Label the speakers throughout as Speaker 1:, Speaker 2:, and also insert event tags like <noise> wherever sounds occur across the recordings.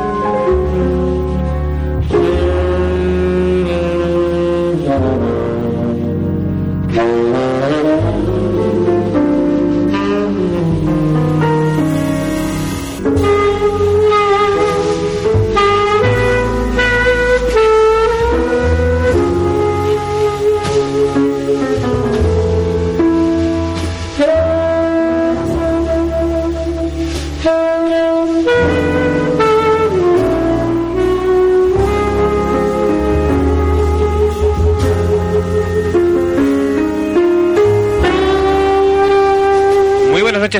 Speaker 1: Mm-hmm.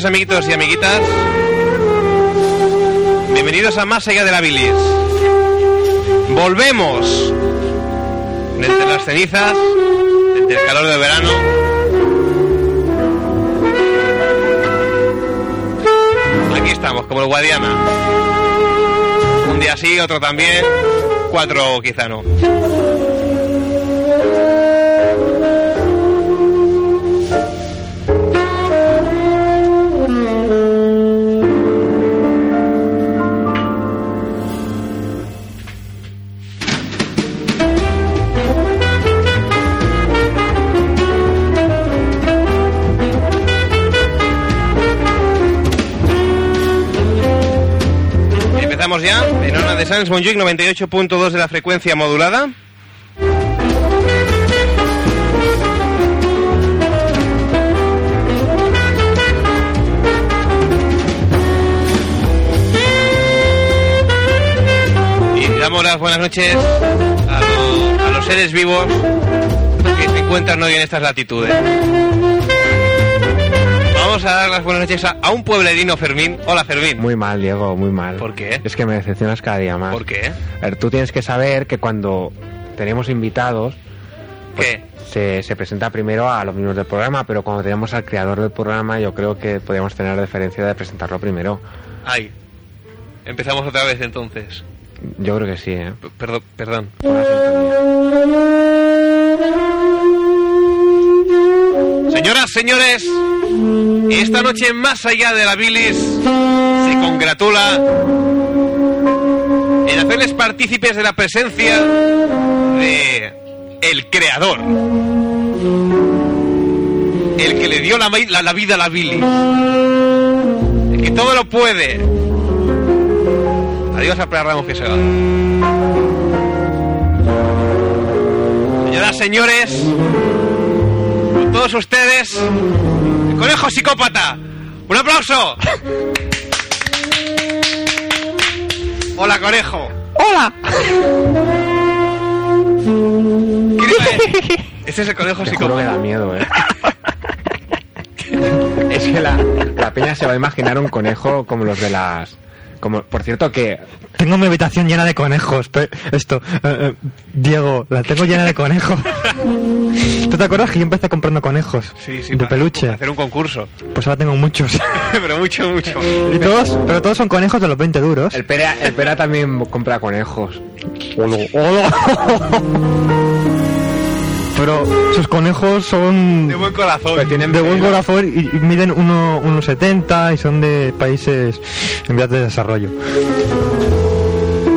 Speaker 2: amiguitos y amiguitas. Bienvenidos a Más Allá de la Bilis. Volvemos desde las cenizas, desde el calor del verano. Aquí estamos, como el Guadiana. Un día sí, otro también, cuatro quizá no. ya en hora de Sans Monjuic 98.2 de la frecuencia modulada. Y damos las buenas noches a, lo, a los seres vivos que se encuentran hoy en estas latitudes. Vamos a dar las buenas noches a, a, un pueblerino Fermín. Hola Fermín.
Speaker 3: Muy mal, Diego, muy mal.
Speaker 2: ¿Por qué?
Speaker 3: Es que me decepcionas cada día más.
Speaker 2: ¿Por qué?
Speaker 3: A ver, tú tienes que saber que cuando tenemos invitados...
Speaker 2: Pues, ¿Qué?
Speaker 3: Se, se, presenta primero a los miembros del programa, pero cuando tenemos al creador del programa yo creo que podríamos tener la deferencia de presentarlo primero.
Speaker 2: Ay. Empezamos otra vez entonces.
Speaker 3: Yo creo que sí, ¿eh?
Speaker 2: P perdón, perdón. Señoras, señores, esta noche más allá de la bilis se congratula en hacerles partícipes de la presencia de el creador, el que le dio la, la, la vida a la bilis, el que todo lo puede. Adiós a Ramos que se va. Señoras, señores, todos ustedes, el conejo psicópata. ¡Un aplauso! Hola, conejo.
Speaker 4: Hola.
Speaker 2: ¿Qué es? Este es el conejo
Speaker 3: Te
Speaker 2: psicópata.
Speaker 3: me da
Speaker 2: <laughs>
Speaker 3: miedo, eh. es que la, la peña se va a imaginar un conejo como los de las como, por cierto que
Speaker 5: tengo mi habitación llena de conejos pero esto eh, eh, Diego la tengo llena
Speaker 2: <laughs>
Speaker 5: de conejos ¿tú te acuerdas que yo empecé comprando conejos
Speaker 2: sí, sí,
Speaker 5: de
Speaker 2: para,
Speaker 5: peluche
Speaker 2: hacer un concurso <laughs>
Speaker 5: pues ahora tengo muchos
Speaker 2: pero mucho mucho
Speaker 5: y todos pero todos son conejos de los 20 duros
Speaker 3: el pera, el pera también compra conejos
Speaker 5: ¡Olo, olo! <laughs> pero sus conejos son
Speaker 2: de buen corazón
Speaker 5: pues tienen de buen corazón y, y miden 1,70 uno, uno y son de países en vías de desarrollo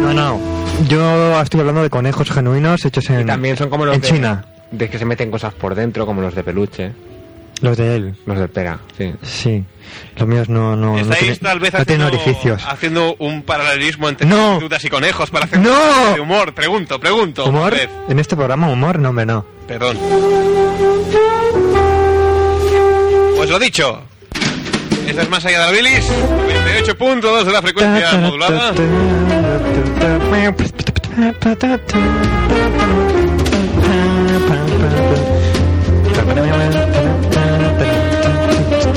Speaker 5: no no yo estoy hablando de conejos genuinos hechos en
Speaker 3: y también son como los
Speaker 5: en
Speaker 3: de,
Speaker 5: China
Speaker 3: de que se meten cosas por dentro como los de peluche
Speaker 5: Los de él.
Speaker 3: Los del Pera, sí.
Speaker 5: Sí. Los míos no, no, no,
Speaker 2: Estáis
Speaker 5: tienen,
Speaker 2: tal vez
Speaker 5: no tienen
Speaker 2: haciendo,
Speaker 5: orificios.
Speaker 2: haciendo un paralelismo entre
Speaker 5: No.
Speaker 2: prostitutas y conejos para hacer
Speaker 5: No.
Speaker 2: un de humor. Pregunto, pregunto.
Speaker 5: ¿Humor?
Speaker 2: Pérez.
Speaker 5: En este programa, humor, no, hombre, no.
Speaker 2: Perdón. Pues lo dicho. Esto es más allá de la bilis. 28.2 de la frecuencia modulada.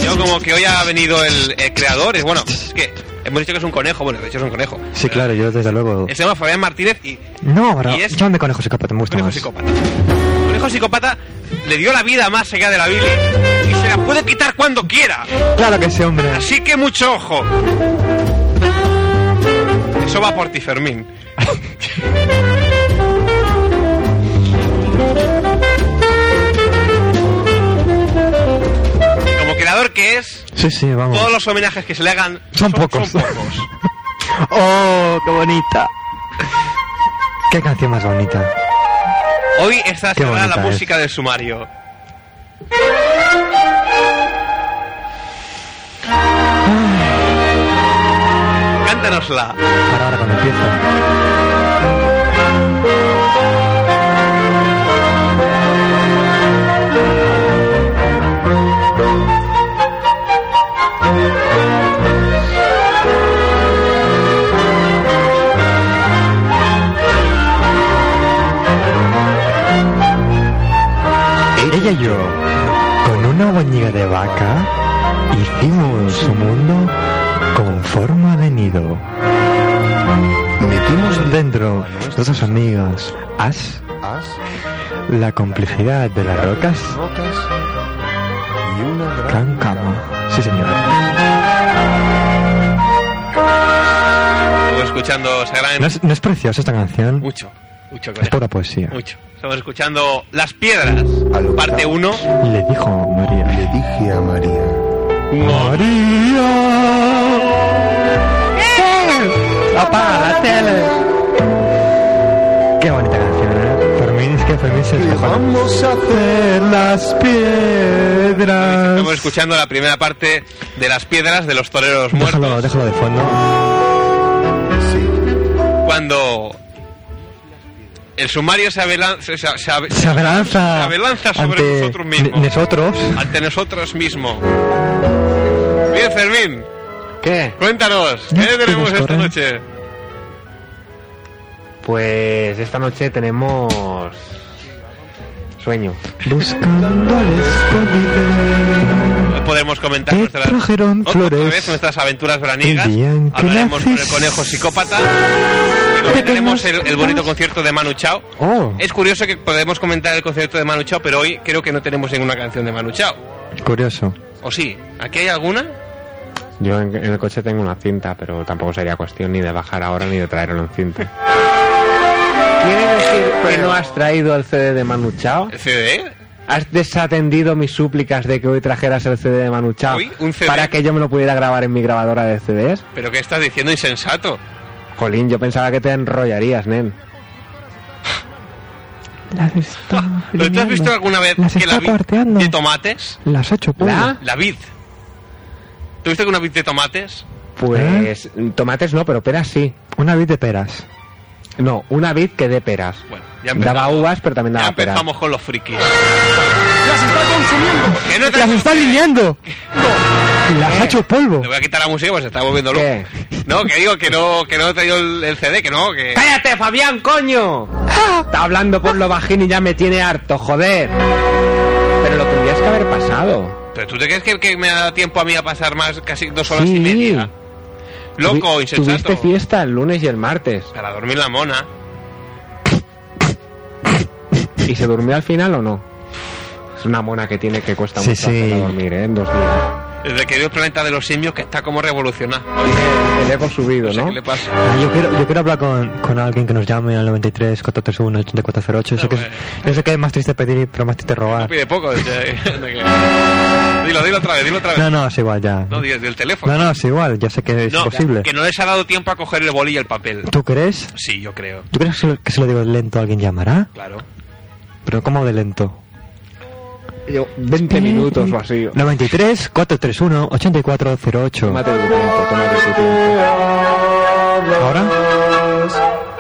Speaker 2: Yo como que hoy ha venido el, el creador. Es bueno, es que hemos dicho que es un conejo. Bueno, de hecho es un conejo.
Speaker 5: Sí, claro, yo desde luego.
Speaker 2: Él se llama Fabián Martínez y
Speaker 5: No, ahora.
Speaker 2: Y es-
Speaker 5: Llámame conejo psicópata, me gusta
Speaker 2: conejo
Speaker 5: más.
Speaker 2: psicópata. Conejo psicópata le dio la vida más allá de la bilis y se la puede quitar cuando quiera.
Speaker 5: Claro que sí, hombre.
Speaker 2: Así que mucho ojo. Eso va por ti, Fermín. Como creador que es,
Speaker 5: Sí, sí, vamos.
Speaker 2: todos los homenajes que se le hagan
Speaker 5: Son pocos.
Speaker 2: Son pocos.
Speaker 5: <laughs> ¡Oh, qué bonita! ¡Qué canción más bonita!
Speaker 2: Hoy está
Speaker 5: Qué
Speaker 2: sonando la
Speaker 5: bonita es.
Speaker 2: música del sumario. Cántanosla.
Speaker 5: Ahora, ahora cuando empieza. Ella y yo, con una boñiga de vaca, hicimos un mundo con forma de nido. Metimos dentro nuestras amigas As,
Speaker 4: As,
Speaker 5: la complejidad de las rocas,
Speaker 4: rocas y una gran
Speaker 5: gran cama. Sí, señor.
Speaker 2: Estuve escuchando esa gran-
Speaker 5: ¿No es, no es preciosa esta canción?
Speaker 2: Mucho, mucho,
Speaker 5: Es
Speaker 2: conejo,
Speaker 5: pura poesía.
Speaker 2: mucho. Estamos escuchando Las Piedras,
Speaker 4: Al-
Speaker 2: parte 1.
Speaker 5: Le dijo María.
Speaker 4: Le dije a María,
Speaker 5: ¡María! ¡Apaga la tele! Qué bonita canción, ¿eh? Fermín, es que Fermín se
Speaker 4: ¿qué
Speaker 5: mejor.
Speaker 4: vamos a hacer?
Speaker 5: De las piedras.
Speaker 2: Estamos escuchando la primera parte de Las Piedras de los Toreros Muertos.
Speaker 5: Déjalo, déjalo de fondo.
Speaker 4: Sí,
Speaker 2: Cuando el sumario se, avela- se- se- se ave-
Speaker 5: Se abalanza.
Speaker 2: Se abalanza sobre
Speaker 5: ante
Speaker 2: nosotros mismos.
Speaker 5: n- Nosotros.
Speaker 2: ante nosotros mismos. Bien, Fermín,
Speaker 3: ¿Qué?
Speaker 2: cuéntanos,
Speaker 5: Ya
Speaker 2: ¿qué tenemos
Speaker 5: tenemos
Speaker 2: esta
Speaker 5: correo.
Speaker 2: noche?
Speaker 3: Pues esta noche tenemos sueño.
Speaker 2: Ah.
Speaker 5: Buscando el escondite.
Speaker 2: Hoy podremos comentar
Speaker 5: Te
Speaker 2: nuestras,
Speaker 5: trajeron
Speaker 2: otra
Speaker 5: flores
Speaker 2: vez nuestras aventuras veraniegas.
Speaker 5: el día en que
Speaker 2: Hablaremos con el
Speaker 5: naces.
Speaker 2: conejo psicópata. Y luego
Speaker 5: Pequeños
Speaker 2: tenemos el, el bonito
Speaker 5: pasos.
Speaker 2: concierto de Manu Chao.
Speaker 5: Oh,
Speaker 2: Es curioso que podemos comentar el concierto de Manu Chao, pero hoy creo que no tenemos ninguna canción de Manu Chao.
Speaker 5: curioso.
Speaker 2: ¿O sí? ¿Aquí hay alguna?
Speaker 3: Yo en, en el coche tengo una cinta, pero tampoco sería cuestión ni de bajar ahora ni de traerlo en cinta. ¿Quiere decir que no has traído el CD de Manu Chao?
Speaker 2: ¿El CD?
Speaker 3: ¿Has desatendido mis súplicas de que hoy trajeras el CD de Manu Chao
Speaker 2: Uy, un CD.
Speaker 3: para que yo me lo pudiera grabar en mi grabadora de CDs?
Speaker 2: ¿Pero qué estás diciendo insensato?
Speaker 3: Jolín, yo pensaba que te enrollarías, nen.
Speaker 5: Las está.
Speaker 2: ¿Lo tú has visto alguna vez
Speaker 5: Las
Speaker 2: que la
Speaker 5: está
Speaker 2: vid
Speaker 5: cuarteando.
Speaker 2: de tomates?
Speaker 5: Las ha hecho
Speaker 3: ¿La?
Speaker 2: La vid. ¿Tú viste que una vid de tomates?
Speaker 3: Pues tomates no, pero peras sí.
Speaker 5: Una vid de peras.
Speaker 3: No, una vid que dé peras.
Speaker 2: Bueno, ya empezamos.
Speaker 3: daba uvas, pero también
Speaker 2: Ya
Speaker 3: daba peras.
Speaker 2: empezamos con los frikis. ¡Las está
Speaker 5: ¡Las
Speaker 2: consumiendo!
Speaker 5: está alineando! ¡Las ha hecho polvo!
Speaker 2: Le voy a quitar la música pues porque se está volviendo loco.
Speaker 3: ¿Qué?
Speaker 2: No, que digo que no, que no he traído el, el CD, que no, que...
Speaker 3: ¡Cállate, Fabián, coño! Está hablando por lo bajín y ya me tiene harto, joder. Pero lo tendrías que haber pasado.
Speaker 2: ¿Pero tú te crees que, que me da tiempo a mí a pasar más casi dos horas
Speaker 3: Sí.
Speaker 2: y media? Loco,
Speaker 3: Tuvi-
Speaker 2: insensato.
Speaker 3: Tuviste fiesta el lunes y el martes.
Speaker 2: Para dormir la mona.
Speaker 3: ¿Y se durmió al final o no? Es una mona que tiene que cuesta
Speaker 5: Sí,
Speaker 3: mucho
Speaker 5: sí.
Speaker 3: hacerla dormir, ¿eh? En dos días.
Speaker 2: Desde que vio el planeta de los simios que está como revolucionado.
Speaker 3: Tiene El ego
Speaker 2: No
Speaker 3: subido,
Speaker 2: sé
Speaker 3: ¿no?
Speaker 2: qué le pasa.
Speaker 5: Ah, Yo quiero, yo quiero hablar con, con alguien que nos llame al 93 431 8408. Yo sé, que es, yo sé que es más triste pedir, pero más triste robar.
Speaker 2: Pide poco. o sea, <laughs> de que- Dilo, dilo otra vez, dilo otra vez.
Speaker 5: No, no, es igual ya.
Speaker 2: No, di- del teléfono.
Speaker 5: No, no, es igual, ya sé que es
Speaker 2: No,
Speaker 5: imposible.
Speaker 2: que no les ha dado tiempo a coger el boli y el papel.
Speaker 5: ¿Tú crees?
Speaker 2: Sí, yo creo.
Speaker 5: ¿Tú crees que si lo- que si lo digo lento alguien llamará?
Speaker 2: Claro.
Speaker 5: Pero ¿cómo de lento?
Speaker 3: yo, 20 minutos o así.
Speaker 5: 93 431 8408.
Speaker 3: Tómate tu tiempo, tómate tu tiempo.
Speaker 5: Ahora,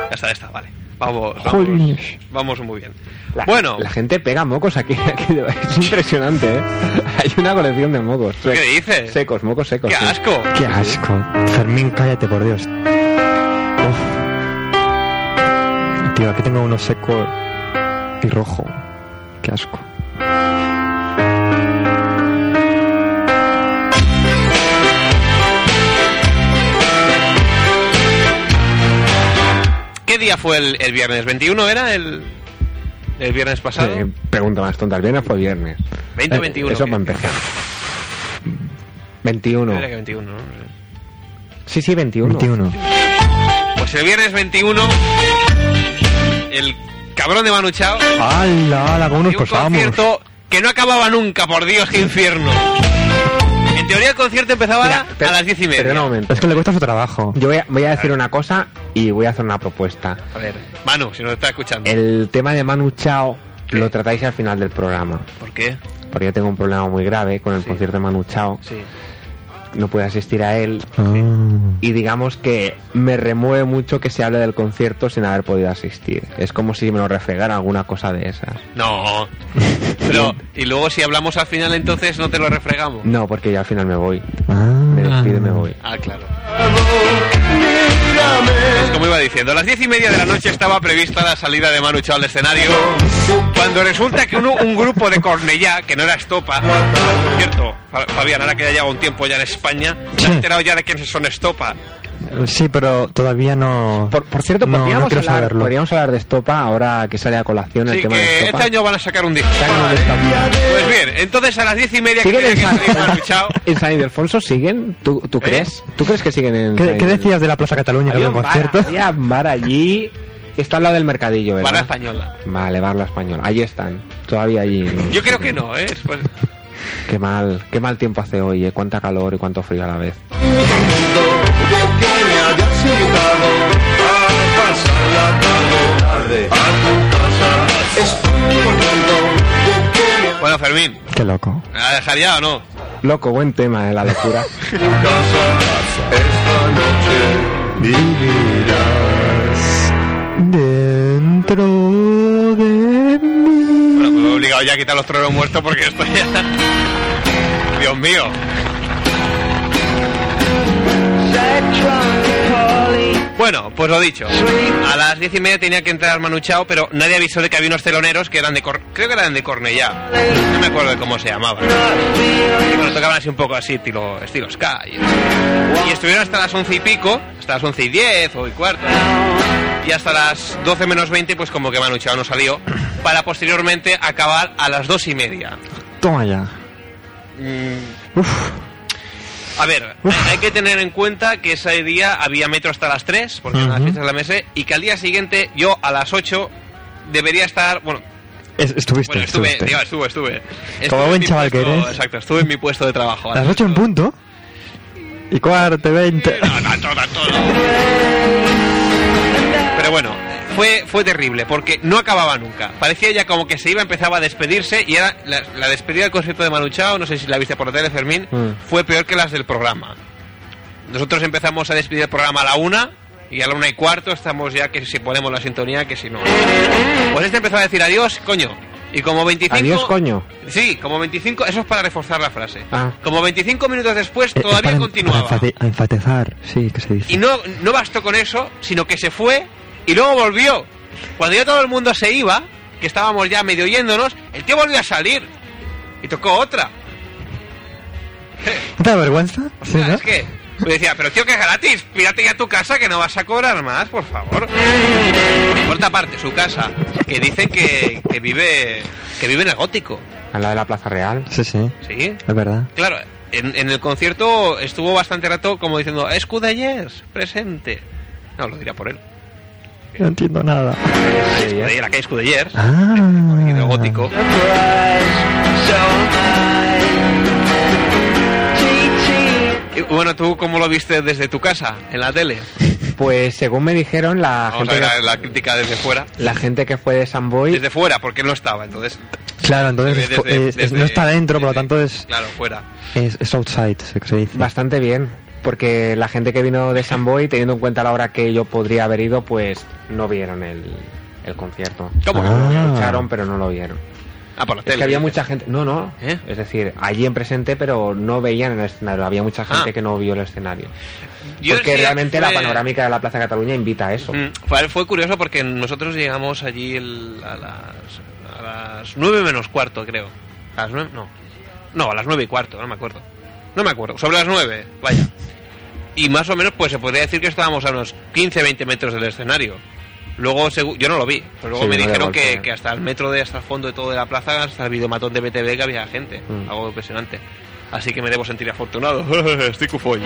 Speaker 2: Ya está, ya está, vale. Vamos, vamos,
Speaker 5: Jolines.
Speaker 2: vamos muy bien.
Speaker 3: La-
Speaker 2: bueno,
Speaker 3: La gente pega mocos aquí. <laughs> aquí de- es impresionante, ¿eh? <laughs> Hay una colección de mocos.
Speaker 2: ¿qué dices?
Speaker 3: Secos, mocos secos.
Speaker 2: ¡Qué
Speaker 3: sí.
Speaker 2: asco!
Speaker 5: qué asco. Fermín, cállate, por Dios. Uf. Tío, aquí tengo uno seco y rojo. Qué asco.
Speaker 2: ¿Qué día fue el, el viernes? ¿21 era el, el viernes pasado?
Speaker 3: Eh, pregunta más tonta. El viernes fue viernes.
Speaker 2: 20 o
Speaker 3: Eh,
Speaker 2: 21.
Speaker 3: Eso
Speaker 2: ¿qué?
Speaker 3: para empezar. 21.
Speaker 2: Era que 21, ¿no?
Speaker 3: Sí, sí, 21.
Speaker 5: 21.
Speaker 2: Pues el viernes 21, el cabrón de Manu Chao
Speaker 3: Pues
Speaker 5: ¡Hala, hala! ¿Cómo nos
Speaker 2: dio un
Speaker 5: pasábamos?
Speaker 2: concierto que no acababa nunca, por Dios, qué infierno. En teoría el concierto empezaba
Speaker 3: Mira,
Speaker 2: a-
Speaker 3: pero-
Speaker 2: a las 10 y media.
Speaker 3: Pero no, un momento.
Speaker 5: Es que le cuesta su trabajo.
Speaker 3: Yo voy a, voy a decir una cosa y voy a hacer una propuesta.
Speaker 2: A ver, Manu, si nos está escuchando.
Speaker 3: El tema de Manu Chao lo tratáis al final del programa.
Speaker 2: ¿Por qué?
Speaker 3: Porque yo tengo un problema muy grave con el
Speaker 2: Sí.
Speaker 3: concierto de Manu Chao.
Speaker 2: Sí.
Speaker 3: No puedo asistir a él.
Speaker 5: Ah.
Speaker 3: Y digamos que me remueve mucho que se hable del concierto sin haber podido asistir. Es como si me lo refregara alguna cosa de esas.
Speaker 2: No. Pero, y luego si hablamos al final entonces no te lo refregamos.
Speaker 3: No, porque yo al final me voy.
Speaker 5: Ah.
Speaker 3: Me despido y me voy.
Speaker 2: Ah, claro. Pues como iba diciendo, a las diez y media de la noche estaba prevista la salida de Manu Chao al escenario. Cuando resulta que uno- un grupo de Cornellá, que no era Estopa, por cierto, Fa- Fabián, ahora que ya lleva un tiempo ya en España, ¿te has
Speaker 5: Sí.
Speaker 2: enterado ya de quiénes son Estopa?
Speaker 5: Sí, pero todavía no.
Speaker 3: Por, por cierto,
Speaker 5: no, no
Speaker 3: podríamos,
Speaker 5: quiero
Speaker 3: hablar,
Speaker 5: saberlo.
Speaker 3: podríamos hablar de Estopa ahora que sale a colación el
Speaker 2: Así
Speaker 3: tema de
Speaker 2: que
Speaker 3: Estopa.
Speaker 2: este año van a sacar un disco.
Speaker 3: Sacan un disco.
Speaker 2: Pues bien, entonces a las diez y media que
Speaker 3: ¿Siguen
Speaker 2: tiene
Speaker 3: en
Speaker 2: que salir Manu
Speaker 3: San,
Speaker 2: Chao.
Speaker 3: <laughs> en San Ildefonso? ¿Siguen? ¿Tú,
Speaker 2: ¿Eh?
Speaker 3: tú crees? ¿Tú crees que siguen en San
Speaker 5: ¿Qué, qué
Speaker 3: Ildefonso?
Speaker 5: decías de la Plaza Cataluña que
Speaker 3: Había
Speaker 5: había
Speaker 3: un bar,
Speaker 5: un concierto?
Speaker 3: había un bar allí. Está al lado del mercadillo, ¿verdad?
Speaker 2: Barra española.
Speaker 3: Vale, Barla Española. Allí están. Todavía allí.
Speaker 2: Yo creo que no, ¿eh? Pues,
Speaker 3: Qué mal, qué mal tiempo hace hoy, ¿eh? Cuánta calor y cuánto frío a la vez.
Speaker 2: bueno, Fermín,
Speaker 5: Qué loco.
Speaker 2: ¿me ¿la dejaría o no?
Speaker 3: Loco, buen tema, ¿eh? La locura.
Speaker 5: Dentro de mí.
Speaker 2: Bueno, pues me he obligado ya a quitar los tronos muertos porque esto ya. Dios mío. Bueno, pues lo dicho. A las diez y media tenía que entrar Manu Chao, pero nadie avisó de que había unos teloneros que eran de Cor- creo que eran de Cornellá. No me acuerdo de cómo se llamaban. Y bueno, tocaban así un poco así, estilo, estilo ska. Y, y estuvieron hasta las once y pico, hasta las once y diez o y cuarto. Y hasta las 12 menos 20, pues como que Manu Chao no salió, para posteriormente acabar a las dos y media.
Speaker 5: Toma ya.
Speaker 2: Mm,
Speaker 5: Uf.
Speaker 2: a ver, hay que tener en cuenta que ese día había metro hasta las 3, porque eran las
Speaker 5: Ujú.
Speaker 2: fiestas de la mesa, y que al día siguiente yo a las 8 debería estar, bueno,
Speaker 5: Es- estuviste,
Speaker 2: bueno estuve,
Speaker 5: estuviste.
Speaker 2: digo, estuve, estuve. Estuve
Speaker 5: Este Como
Speaker 2: en
Speaker 5: buen
Speaker 2: mi
Speaker 5: chaval que
Speaker 2: puesto-
Speaker 5: eres.
Speaker 2: Exacto, estuve en mi puesto de trabajo. a
Speaker 5: Las 8 en
Speaker 2: ocho.
Speaker 5: punto. Y cuarto, 20.
Speaker 2: No, tanto, tanto, no. Pero bueno, fue, fue terrible porque no acababa nunca. Parecía ya como que se iba, empezaba a despedirse y era la, la despedida del concierto de Manu Chao, no sé si la viste por la tele, Fermín,
Speaker 3: Mm.
Speaker 2: fue peor que las del programa. Nosotros empezamos a despedir el programa a la una y a la una y cuarto estamos ya que si ponemos la sintonía, que si no. Pues este empezó a decir adiós, coño. <laughs> Y como 25...
Speaker 3: Adiós, coño.
Speaker 2: Sí, como 25... Eso es para reforzar la frase.
Speaker 3: Ah.
Speaker 2: Como 25 minutos después
Speaker 5: Eh, es
Speaker 2: todavía
Speaker 5: para en-
Speaker 2: continuaba.
Speaker 5: para enfati- a enfatizar, sí, que se dice.
Speaker 2: Y no, no bastó con eso, sino que se fue y luego volvió. Cuando ya todo el mundo se iba, que estábamos ya medio yéndonos, el tío volvió a salir. Y tocó otra.
Speaker 5: ¿No te da vergüenza? Sí,
Speaker 2: Ah,
Speaker 5: ¿no?
Speaker 2: Es que me decía, pero tío, que es gratis, pírate ya a tu casa que no vas a cobrar más, por favor. Por otra parte, su casa, que dicen que, que vive que vive en el gótico,
Speaker 3: A la de la Plaza Real.
Speaker 5: Sí, sí,
Speaker 2: ¿sí?
Speaker 5: es verdad.
Speaker 2: Claro, en, en el concierto estuvo bastante rato como diciendo, Escudallers, presente. No, lo dirá por él.
Speaker 5: No entiendo nada.
Speaker 2: Escudellers, la calle Escudellers.
Speaker 5: Ah.
Speaker 2: y de gótico. Y, bueno, ¿tú cómo lo viste desde tu casa, en la tele?
Speaker 3: Pues según me dijeron, la
Speaker 2: Vamos a
Speaker 3: gente,
Speaker 2: ver
Speaker 3: que,
Speaker 2: la, la crítica desde fuera.
Speaker 3: la gente que fue de San Boy,
Speaker 2: Desde fuera, porque él no estaba, entonces. eh,
Speaker 5: Claro, entonces es-
Speaker 2: Desde-
Speaker 5: es- es-
Speaker 2: desde-
Speaker 5: no está dentro, por lo
Speaker 2: desde-
Speaker 5: tanto es,
Speaker 2: Claro, fuera.
Speaker 5: es, es outside, se se dice.
Speaker 3: bastante bien. Porque la gente que vino de San Boy, teniendo en cuenta la hora que yo podría haber ido, pues no vieron el, el concierto.
Speaker 2: ¿Cómo?
Speaker 5: Ah.
Speaker 3: Lo echaron, pero no lo vieron.
Speaker 2: Ah, por la
Speaker 3: Es
Speaker 2: tele.
Speaker 3: que había mucha gente, no, no,
Speaker 2: ¿Eh?
Speaker 3: es decir, allí en presente, pero no veían el escenario, había mucha gente
Speaker 2: Ah.
Speaker 3: que no vio el escenario.
Speaker 2: Yo
Speaker 3: porque
Speaker 2: decía que
Speaker 3: realmente la
Speaker 2: fue-
Speaker 3: panorámica de la Plaza Cataluña invita a eso.
Speaker 2: Mm, Fue, fue curioso porque nosotros llegamos allí el- a las a las nueve menos cuarto, creo. A las nueve, no. No, a las nueve y cuarto, no me acuerdo. No me acuerdo. Sobre las nueve, vaya. Y más o menos, pues se podría decir que estábamos a unos 15, 20 metros del escenario. Luego, segu- yo no lo vi, pero luego
Speaker 3: Sí,
Speaker 2: me
Speaker 3: no, de
Speaker 2: dijeron
Speaker 3: golpe.
Speaker 2: que, que hasta el metro de hasta el fondo de todo de la plaza, hasta el videomatón de BTV que había gente.
Speaker 3: Mm.
Speaker 2: Algo impresionante. Así que me debo sentir afortunado. <laughs> Estoy cufoy.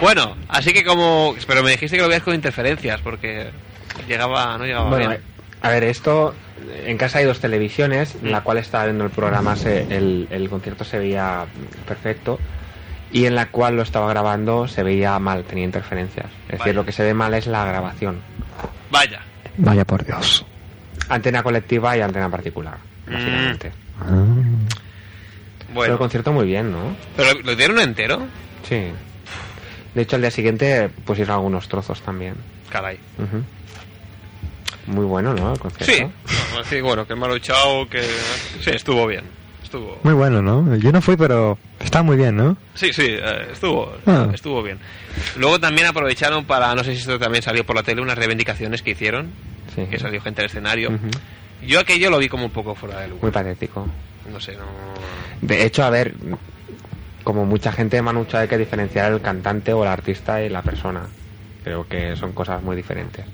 Speaker 2: Bueno, así que como. Pero me dijiste que lo veías con interferencias, porque llegaba. No llegaba
Speaker 3: Bueno,
Speaker 2: bien.
Speaker 3: eh, a ver, esto. En casa hay dos televisiones,
Speaker 2: Mm.
Speaker 3: la cual estaba viendo el programa, se- el, el concierto se veía perfecto, y en la cual lo estaba grabando se veía mal, tenía interferencias. Es
Speaker 2: Vaya.
Speaker 3: decir, lo que se ve mal es la grabación.
Speaker 2: Vaya.
Speaker 5: Vaya por Dios.
Speaker 3: Antena colectiva y antena particular, básicamente. Pero el
Speaker 2: Mm, Bueno.
Speaker 3: concierto muy bien, ¿no?
Speaker 2: ¿Pero lo dieron entero?
Speaker 3: Sí. De hecho, al día siguiente pusieron algunos trozos también.
Speaker 2: Caray.
Speaker 3: Ujú. Muy bueno, ¿no? El concierto.
Speaker 2: Sí. No, sí, bueno, que mal luchado, que. Sí, estuvo bien. Estuvo.
Speaker 5: Muy bueno, ¿no? Yo no fui, pero está muy bien, ¿no?
Speaker 2: Sí, sí, eh, estuvo,
Speaker 5: Ah.
Speaker 2: estuvo bien. Luego también aprovecharon para, no sé si esto también salió por la tele, unas reivindicaciones que hicieron,
Speaker 3: Sí.
Speaker 2: que salió gente al escenario.
Speaker 3: Ujú.
Speaker 2: Yo aquello lo vi como un poco fuera de lugar.
Speaker 3: Muy patético.
Speaker 2: No sé, no...
Speaker 3: De hecho, a ver, como mucha gente, Manu Chao, hay que diferenciar el cantante o el artista y la persona. Creo que son cosas muy diferentes.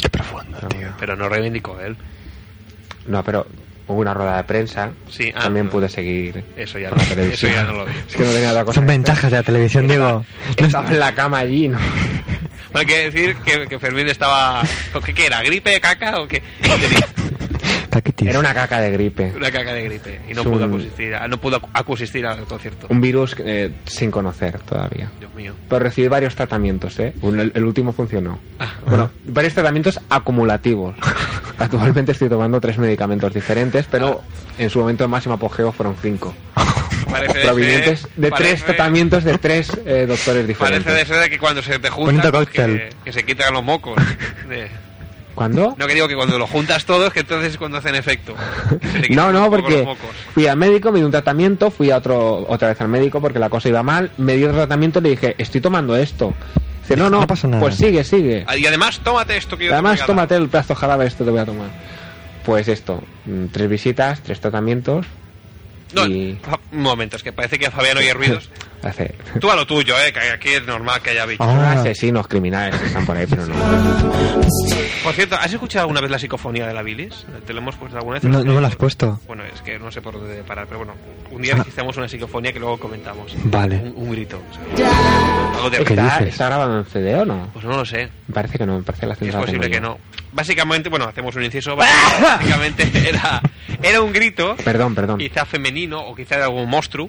Speaker 5: Qué profundo,
Speaker 3: No.
Speaker 5: Ah, tío.
Speaker 2: Pero no reivindicó él.
Speaker 3: No, pero hubo una rueda de prensa.
Speaker 2: Sí, ah,
Speaker 3: También
Speaker 2: no.
Speaker 3: pude seguir
Speaker 2: Eso ya
Speaker 3: por la
Speaker 2: no-
Speaker 3: televisión.
Speaker 2: eso ya no lo vi.
Speaker 3: <laughs> Es que no tenía otra cosa.
Speaker 5: Son
Speaker 3: que hacer.
Speaker 5: ventajas de la televisión, digo.
Speaker 3: <laughs>
Speaker 5: No
Speaker 3: Estaba en la cama allí, ¿no?
Speaker 2: Hay que decir que, que Fermín estaba... ¿o ¿Qué qué era? ¿Gripe, caca o qué? <laughs> Tenía
Speaker 5: Taquitis.
Speaker 3: Era una caca de gripe.
Speaker 2: Una caca de gripe y no
Speaker 3: Es
Speaker 2: pudo
Speaker 3: un-
Speaker 2: acusistir, no pudo acu- acusistir al concierto.
Speaker 3: Un virus eh, sin conocer todavía.
Speaker 2: Dios mío.
Speaker 3: Pero recibí varios tratamientos, ¿eh? Un- el, el último funcionó.
Speaker 2: Ah.
Speaker 3: Bueno, varios tratamientos acumulativos. <laughs> Actualmente estoy tomando tres medicamentos diferentes, pero
Speaker 2: Ah.
Speaker 3: en su momento de máximo apogeo fueron cinco.
Speaker 2: Parece
Speaker 3: Provenientes
Speaker 2: ser-
Speaker 3: de
Speaker 2: parece-
Speaker 3: tres tratamientos de tres eh, doctores
Speaker 2: Parece de
Speaker 3: diferentes.
Speaker 2: ser de que cuando se te
Speaker 5: Bonito
Speaker 2: juntan pues, que,
Speaker 5: cóctel.
Speaker 2: que se quitan los mocos. De-
Speaker 3: ¿Cuándo?
Speaker 2: No que digo que cuando los juntas todos, que entonces es cuando hacen efecto. Que se te quitan
Speaker 3: No,
Speaker 2: un
Speaker 3: no,
Speaker 2: poco los
Speaker 3: porque
Speaker 2: mocos.
Speaker 3: fui al médico, me dio un tratamiento, fui a otro, otra vez al médico porque la cosa iba mal, me dio otro tratamiento y le dije, estoy tomando esto. Dice, no, no,
Speaker 5: No pasa nada.
Speaker 3: pues sigue, sigue.
Speaker 2: Y además, tómate esto que yo te he
Speaker 3: Además,
Speaker 2: regalado.
Speaker 3: tómate el plazo jarabe, esto te voy a tomar. Pues esto, mm, tres visitas, tres tratamientos
Speaker 2: No,
Speaker 3: y...
Speaker 2: fa- un momento, es que parece que a Fabián oye
Speaker 3: <laughs>
Speaker 2: ruidos.
Speaker 3: Hace...
Speaker 2: Tú a lo tuyo, eh, que aquí es normal que haya bichos.
Speaker 5: Ah.
Speaker 3: Son asesinos criminales que están por ahí,
Speaker 2: <laughs>
Speaker 3: pero no.
Speaker 2: Por cierto, ¿has escuchado alguna vez la psicofonía de la bilis? ¿Te lo hemos puesto alguna vez?
Speaker 5: No, no me la has puesto.
Speaker 2: Bueno, es que no sé por dónde parar, pero bueno, un día hicimos una psicofonía que luego comentamos.
Speaker 5: Ah. Vale.
Speaker 2: Un, un grito. o sea, algo de-
Speaker 5: ¿Qué
Speaker 3: ¿Está,
Speaker 5: dices?
Speaker 3: está grabado en CD o no?
Speaker 2: Pues no lo sé.
Speaker 3: Me parece que no, me parece que la
Speaker 2: Es
Speaker 5: Pues
Speaker 3: censura la
Speaker 2: posible que
Speaker 3: tengo yo.
Speaker 2: no. Básicamente, bueno, hacemos un inciso.
Speaker 5: ¡Ah!
Speaker 2: Básicamente <laughs> era, era un grito,
Speaker 3: Perdón, perdón.
Speaker 2: quizá femenino o quizá de algún monstruo,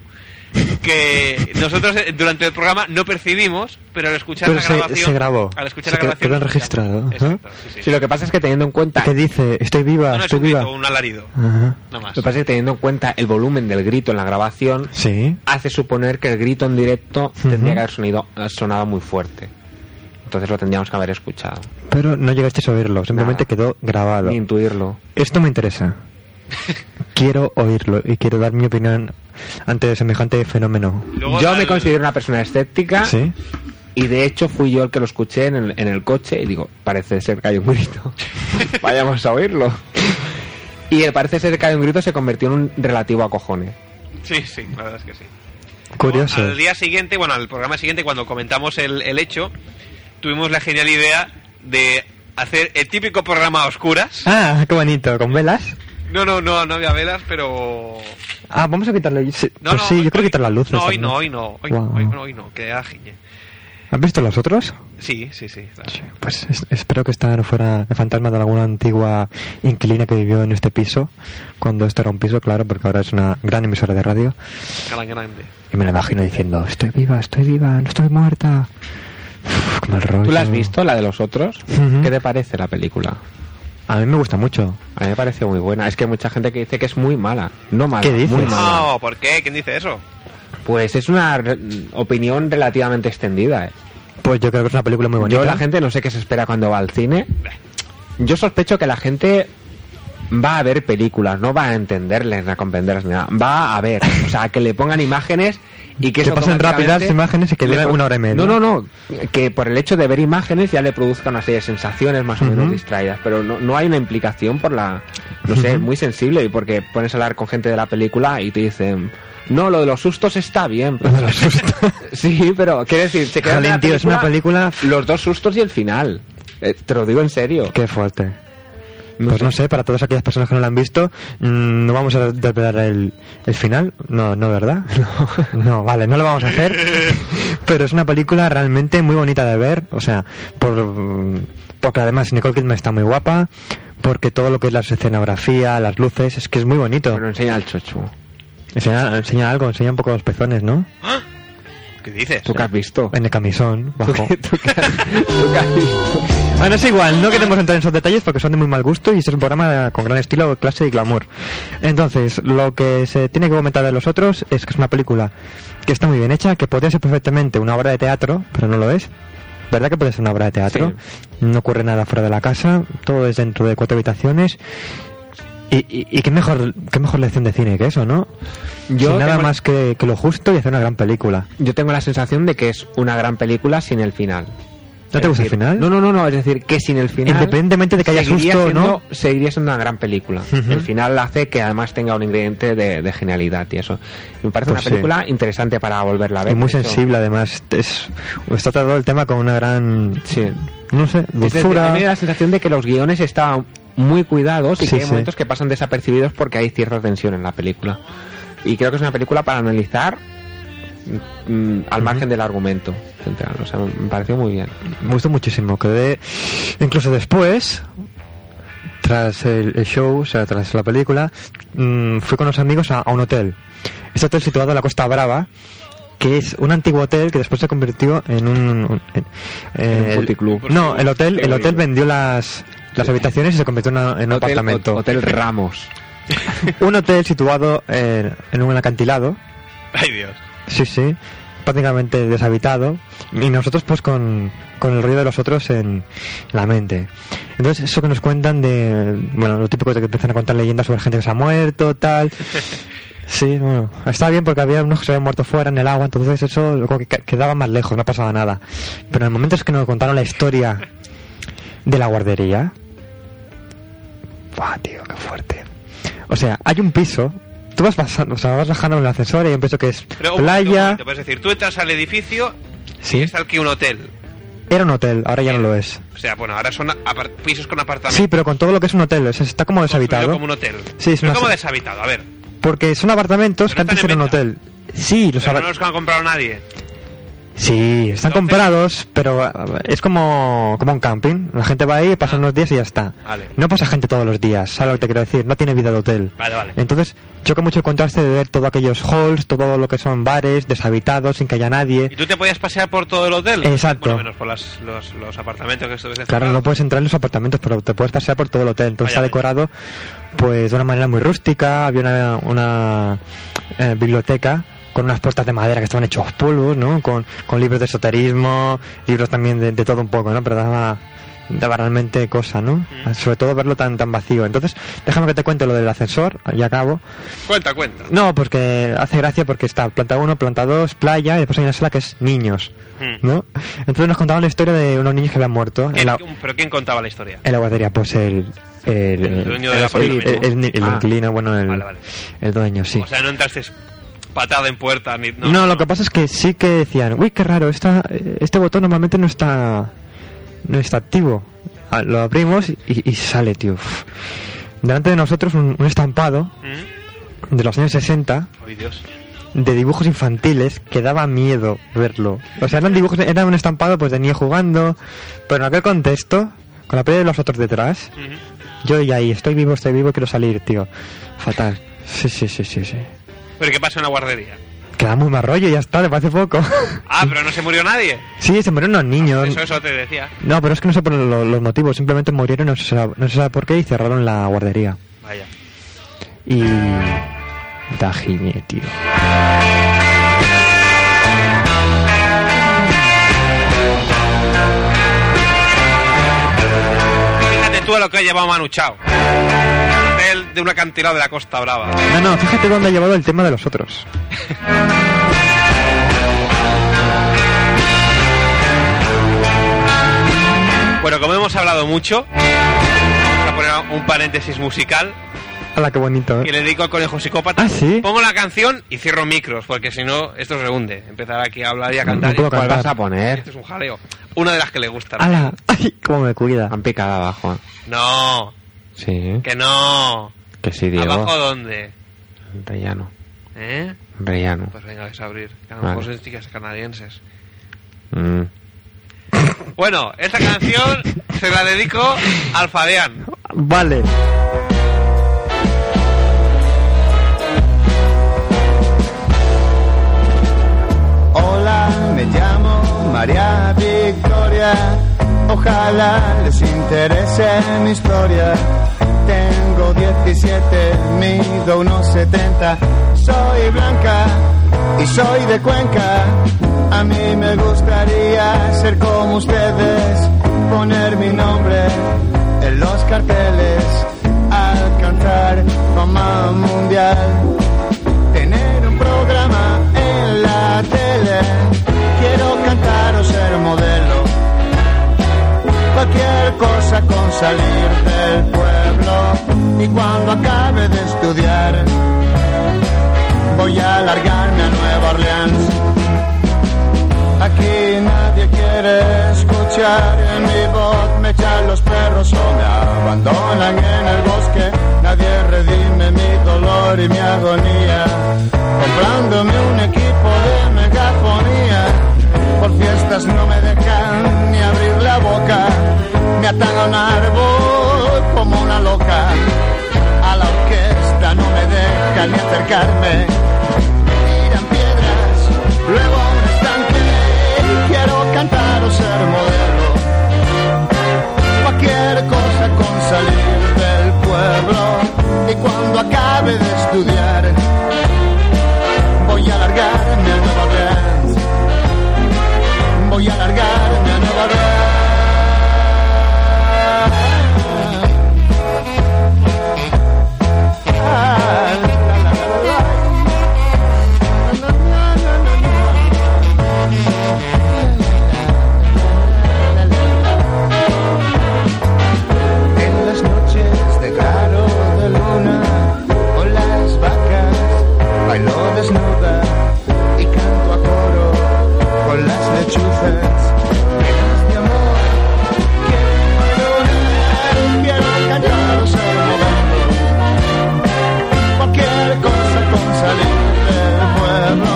Speaker 2: que nosotros eh, durante el programa no percibimos, pero al escuchar
Speaker 5: Pero
Speaker 2: la
Speaker 5: se-
Speaker 2: grabación.
Speaker 5: se grabó.
Speaker 2: Al escuchar
Speaker 5: Se
Speaker 2: la
Speaker 5: quedó-
Speaker 2: grabación.
Speaker 5: quedó registrado,
Speaker 2: Exacto,
Speaker 5: ¿eh?
Speaker 2: sí, sí.
Speaker 3: Sí, lo que pasa es que teniendo en cuenta...
Speaker 5: ¿Qué dice? Estoy viva,
Speaker 2: No, no, es
Speaker 5: estoy
Speaker 2: un
Speaker 5: viva.
Speaker 2: grito, un alarido.
Speaker 5: Ajá.
Speaker 2: Nada más.
Speaker 3: Lo que pasa es que teniendo en cuenta el volumen del grito en la grabación,
Speaker 5: Sí.
Speaker 3: hace suponer que el grito en directo
Speaker 5: Ujú.
Speaker 3: tendría que haber sonido, sonado muy fuerte. Entonces lo tendríamos que haber escuchado.
Speaker 5: Pero no llegasteis a oírlo, simplemente
Speaker 3: Nada.
Speaker 5: quedó grabado.
Speaker 3: Ni intuirlo.
Speaker 5: Esto me
Speaker 2: <laughs>
Speaker 5: interesa. quiero oírlo y quiero dar mi opinión ante semejante fenómeno.
Speaker 2: Luego
Speaker 3: yo
Speaker 2: la-
Speaker 3: me considero una persona
Speaker 2: Ah.
Speaker 3: escéptica
Speaker 5: ¿Sí?
Speaker 3: y de hecho fui yo el que lo escuché en el, en el coche y digo, parece ser que hay un
Speaker 5: <laughs>
Speaker 3: grito. Vayamos a oírlo. Y el parece ser que hay un grito se convirtió en un relativo a cojones.
Speaker 2: Sí, sí, la verdad es que sí.
Speaker 5: Curioso.
Speaker 2: Al día siguiente, bueno, al programa siguiente, cuando comentamos el, el hecho, tuvimos la genial idea de hacer el típico programa a oscuras.
Speaker 5: Ah, qué bonito, con velas.
Speaker 2: No, no, no, no había velas, pero...
Speaker 5: Ah, vamos a quitarle. sí,
Speaker 2: No,
Speaker 5: pues
Speaker 2: no,
Speaker 5: sí,
Speaker 2: hoy-
Speaker 5: yo creo que quitar las luces.
Speaker 2: No, hoy
Speaker 5: también.
Speaker 2: no, hoy no, hoy,
Speaker 5: Guau.
Speaker 2: hoy no, hoy no, que agiñe.
Speaker 5: ¿Has visto los otros?
Speaker 2: Sí, sí, sí. claro.
Speaker 5: Sí, Pues es- espero que esta no fuera el fantasma de alguna antigua inquilina que vivió en este piso, cuando esto era un piso, claro, porque ahora es una gran emisora de radio.
Speaker 2: Gran grande.
Speaker 5: Y me la imagino diciendo, estoy viva, estoy viva, no estoy muerta. Qué mal rollo.
Speaker 3: ¿Tú la has visto, la de los otros?
Speaker 5: Ujú.
Speaker 3: ¿Qué te parece la película?
Speaker 5: A mí me gusta mucho.
Speaker 3: A mí me parece muy buena. Es que hay mucha gente que dice que es muy mala. No mala,
Speaker 5: ¿Qué dices? Ah.
Speaker 3: muy mala.
Speaker 2: No, Ah, ¿por qué? ¿Quién dice eso?
Speaker 3: Pues es una re- opinión relativamente extendida. ¿eh?
Speaker 5: Pues yo creo que es una película muy bonita.
Speaker 3: Yo
Speaker 5: <laughs>
Speaker 3: la gente no sé qué se espera cuando va al cine. Yo sospecho que la gente va a ver películas, no va a entenderles, a comprenderles ni nada. Va a ver, o sea, que le pongan imágenes y que
Speaker 5: Que
Speaker 3: eso
Speaker 5: pasen
Speaker 3: automáticamente-
Speaker 5: rápidas imágenes y que duren
Speaker 3: le-
Speaker 5: una hora y media.
Speaker 3: No, no, no, que por el hecho de ver imágenes ya le produzca una serie de sensaciones más o menos
Speaker 5: Ujú.
Speaker 3: distraídas, pero no, no hay una implicación por la, no sé, es muy sensible y porque pones a hablar con gente de la película y te dicen, no, lo de los sustos está bien.
Speaker 5: Lo de los sustos.
Speaker 3: sí, pero quiero decir, se queda en la
Speaker 5: Jolín, tío, es una película...
Speaker 3: los dos sustos y el final. Eh, te lo digo en serio.
Speaker 5: Qué fuerte.
Speaker 3: No
Speaker 5: pues
Speaker 3: sé.
Speaker 5: no sé, para todas aquellas personas que no la han visto, mm, no vamos a desvelar el, el final. No, no, ¿verdad? <laughs> No. vale, no lo vamos a
Speaker 3: <laughs>
Speaker 5: hacer. Pero es una película realmente muy bonita de ver. O sea, por, porque además Nicole Kidman está muy guapa. Porque todo lo que es la escenografía, las luces, es que es muy bonito.
Speaker 3: Pero enseña al chochu.
Speaker 5: Enseña, enseña algo, enseña un poco los pezones, ¿no?
Speaker 2: ¡Ah! ¿Qué dices?
Speaker 3: ¿Tú qué has visto?
Speaker 5: En el camisón, bajo.
Speaker 3: <laughs> ¿Tú qué
Speaker 5: <laughs>
Speaker 3: has- tú qué has visto?
Speaker 5: Bueno, es igual, no queremos entrar en esos detalles porque son de muy mal gusto y este es un programa con gran estilo, clase y glamour. Entonces, lo que se tiene que comentar de los otros es que es una película que está muy bien hecha, que podría ser perfectamente una obra de teatro, pero no lo es. ¿Verdad que puede ser una obra de teatro? No ocurre nada fuera de la casa, todo es dentro de cuatro habitaciones. Y, y- y qué mejor qué mejor lección de cine que eso, ¿no?
Speaker 3: Yo
Speaker 5: Sin nada
Speaker 3: tengo-
Speaker 5: más que, que lo justo y hacer una gran película.
Speaker 3: Yo tengo la sensación de que es una gran película sin el final.
Speaker 5: ¿No te
Speaker 3: Es
Speaker 5: gusta el
Speaker 3: decir,
Speaker 5: final?
Speaker 3: No, no, no, no. Es decir, que sin el final.
Speaker 5: Independientemente de que haya
Speaker 3: seguiría
Speaker 5: susto o no.
Speaker 3: siendo- Seguiría siendo una gran película.
Speaker 5: Ujú.
Speaker 3: El final hace que además tenga un ingrediente de, de genialidad y eso. Me parece una
Speaker 5: Pues sí.
Speaker 3: película interesante para volverla a ver.
Speaker 5: Y muy
Speaker 3: de hecho.
Speaker 5: sensible, además. Es, está tratado el tema con una gran.
Speaker 3: Sí.
Speaker 5: No sé,
Speaker 3: Es decir, a
Speaker 5: dulzura.
Speaker 3: mí me da la sensación de que los guiones estaban muy cuidados y
Speaker 5: Sí,
Speaker 3: que hay
Speaker 5: sí.
Speaker 3: momentos que pasan desapercibidos porque hay cierta tensión en la película. Y creo que es una película para analizar mm, mm, al margen del argumento central. O sea, me pareció muy bien.
Speaker 5: Me gustó muchísimo. Quedé. Incluso después, tras el, el show, o sea, tras la película, mm, fui con los amigos a, a un hotel. Este hotel situado en la Costa Brava, que es un antiguo hotel que después se convirtió en un. en-
Speaker 3: En un
Speaker 5: el-
Speaker 3: puticlub.
Speaker 5: No, el hotel,
Speaker 2: Qué
Speaker 5: el hotel
Speaker 2: bonito.
Speaker 5: vendió las. Las habitaciones y se convirtió en, una- en un
Speaker 3: Hotel-
Speaker 5: apartamento.
Speaker 3: Hotel Ramos.
Speaker 5: Un hotel situado en- en un acantilado,
Speaker 2: Ay, Dios.
Speaker 5: Sí, sí, prácticamente deshabitado. Y nosotros pues con, con el ruido de los otros en la mente. Entonces eso que nos cuentan de... Bueno, lo típico de que empiezan a contar leyendas sobre gente que se ha
Speaker 2: <laughs>
Speaker 5: muerto, tal. Sí, bueno, está bien porque había unos que se habían muerto fuera en el agua, entonces eso como que ca- quedaba más lejos, no pasaba nada. Pero en el momento es que nos contaron la historia de la guardería... ¡Buah, tío, qué fuerte! O sea, hay un piso, tú vas, pasando, o sea, vas bajando en el ascensor y hay un piso que es
Speaker 2: Pero un momento, un
Speaker 5: playa...
Speaker 2: momento, pues, es decir, tú entras al edificio y
Speaker 5: Sí,
Speaker 2: está aquí un hotel.
Speaker 5: era un hotel, ahora ya no lo es.
Speaker 2: O sea, bueno, ahora son apar- pisos con apartamentos.
Speaker 5: Sí, pero con todo lo que es un hotel, o sea, está como
Speaker 2: Construido
Speaker 5: deshabitado.
Speaker 2: Pues como un hotel.
Speaker 5: Sí, es
Speaker 2: Pero
Speaker 5: una-
Speaker 2: como deshabitado, a ver.
Speaker 5: Porque son apartamentos
Speaker 2: Pero
Speaker 5: que
Speaker 2: no
Speaker 5: antes
Speaker 2: están
Speaker 5: eran
Speaker 2: en
Speaker 5: un hotel.
Speaker 2: venta.
Speaker 5: Sí, los
Speaker 2: Pero
Speaker 5: apar-
Speaker 2: no los han comprado nadie.
Speaker 5: Sí,
Speaker 2: Entonces-
Speaker 5: están comprados, pero a ver, es como, como un camping. La gente va ahí,
Speaker 2: Ah.
Speaker 5: pasa unos días y ya está.
Speaker 2: Vale.
Speaker 5: No pasa gente todos los días, ¿sabes lo que te quiero decir? No tiene vida de hotel.
Speaker 2: Vale, vale.
Speaker 5: Entonces, choca mucho el contraste de ver todos aquellos halls, todo lo que son bares, deshabitados, sin que haya
Speaker 2: ¿Y
Speaker 5: nadie.
Speaker 2: tú te podías pasear por todo el hotel?
Speaker 5: Exacto.
Speaker 2: Bueno, menos por las- los, los apartamentos que estuviesen
Speaker 5: Claro, no
Speaker 2: cerrados.
Speaker 5: puedes entrar en los apartamentos, pero te puedes pasear por todo el hotel. Entonces
Speaker 2: Vaya,
Speaker 5: está decorado pues de una manera muy rústica. Había una, una, eh, biblioteca con unas puertas de madera que estaban hechos polvos, ¿no? Con, con libros de esoterismo, libros también de, de todo un poco, ¿no? Pero daba, daba realmente cosa, ¿no?
Speaker 2: Mm.
Speaker 5: Sobre todo verlo tan, tan vacío. Entonces, déjame que te cuente lo del ascensor, ya acabo.
Speaker 2: Cuenta, cuenta.
Speaker 5: No, porque hace gracia porque está planta 1, planta 2, playa, y después hay una sala que es niños,
Speaker 2: Mm.
Speaker 5: ¿no? Entonces nos contaban la historia de unos niños que habían muerto. en
Speaker 2: ¿Quién-
Speaker 5: la-
Speaker 2: ¿Pero quién contaba la historia?
Speaker 5: en la guardería, pues el. El,
Speaker 2: El dueño del
Speaker 5: el-
Speaker 2: apartamento.
Speaker 5: el- el- el
Speaker 3: Ah.
Speaker 5: inquilino, bueno, el,
Speaker 2: Vale, vale.
Speaker 5: el dueño, sí.
Speaker 2: O sea, no entraste patada en puerta ni...
Speaker 5: no, lo que pasa es que sí que decían, uy, qué raro, esta, este botón normalmente no está. No está activo. Ah, Lo abrimos y, y sale, tío. Uf. Delante de nosotros un, un estampado
Speaker 2: ¿Mm?
Speaker 5: de los años 60
Speaker 2: Ay, Dios.
Speaker 5: de dibujos infantiles que daba miedo verlo. O sea, eran dibujos, era un estampado pues de niño jugando, pero en aquel contexto, con la pelea de los otros detrás,
Speaker 2: Mm.
Speaker 5: Yo y ahí, estoy vivo, estoy vivo, quiero salir, tío. Fatal. Sí, sí, sí, sí, sí.
Speaker 2: ¿Pero qué pasa en la guardería?
Speaker 5: Que da muy mal rollo, ya está, le parece poco. <laughs>
Speaker 2: Ah, pero no se murió nadie.
Speaker 5: sí, se murieron unos niños.
Speaker 2: Eso, eso te decía.
Speaker 5: No, pero es que no sé por lo- los motivos, simplemente murieron, no se, sabe, no se sabe por qué, y cerraron la guardería.
Speaker 2: Vaya.
Speaker 5: Y. Dajiñe, tío.
Speaker 2: Fíjate tú a lo que ha llevado Manu Chao. Hotel de un acantilado de la Costa Brava.
Speaker 5: No, no, fíjate dónde ha llevado el tema de los otros.
Speaker 2: Bueno, como hemos hablado mucho, vamos a poner un paréntesis musical
Speaker 5: Hala, qué bonito. ¿eh?
Speaker 2: que le dedico al conejo psicópata.
Speaker 5: Ah, ¿sí?
Speaker 2: Pongo la canción y cierro micros, porque si no, esto se hunde. Empezar aquí a hablar y a cantar.
Speaker 5: No puedo
Speaker 2: y-
Speaker 3: ¿Cuál
Speaker 5: cantar.
Speaker 3: vas a
Speaker 2: Esto
Speaker 3: poner?
Speaker 2: es un jaleo. Una de las que le gusta.
Speaker 5: ¡Hala! ¡Ay, cómo me cuida!
Speaker 2: Ah,
Speaker 3: Han picado abajo. ¿eh?
Speaker 2: No,
Speaker 3: Sí,
Speaker 2: que no.
Speaker 3: que sí, Diego.
Speaker 2: ¿Abajo dónde?
Speaker 3: Rellano,
Speaker 2: ¿Eh?
Speaker 3: rellano.
Speaker 2: Pues venga, vais a abrir. Que a lo
Speaker 3: Vale.
Speaker 2: mejor son chicas canadienses.
Speaker 3: Mm.
Speaker 2: Bueno, esta canción se la dedico al Fabián.
Speaker 5: Vale.
Speaker 4: Hola, me llamo María Victoria. Ojalá les interese mi historia. Tengo 17, mido unos 70. Soy blanca y soy de Cuenca. A mí me gustaría ser como ustedes, poner mi nombre en los carteles, alcanzar fama mundial tener un programa en la tele. Quiero cantar o ser modelo. Cualquier cosa con salir del pueblo. Y cuando acabe de estudiar, voy a largarme a Nueva Orleans. Aquí nadie quiere escuchar mi voz, me echan los perros o me abandonan en el bosque. Nadie redime mi dolor y mi agonía, comprándome un equipo de megafonía. Por fiestas no me dejan ni abrir la boca, me atan a un árbol como una loca. A la orquesta no me dejan ni acercarme, tiran piedras, luego a un estanque. Quiero cantar o ser modelo. Cualquier cosa con salir del pueblo. Y cuando acabe de estudiar, voy a largarme a Nueva Orleans. Voy a largarme a Nueva Orleans. Ah, la, la, la, la, la. En las noches de claro de luna, con las vacas bailo desnuda y canto a coro con las lechuzas. Llenas de amor, quiero volar, quiero cantar o ser modelo. Cualquier cosa con salir del pueblo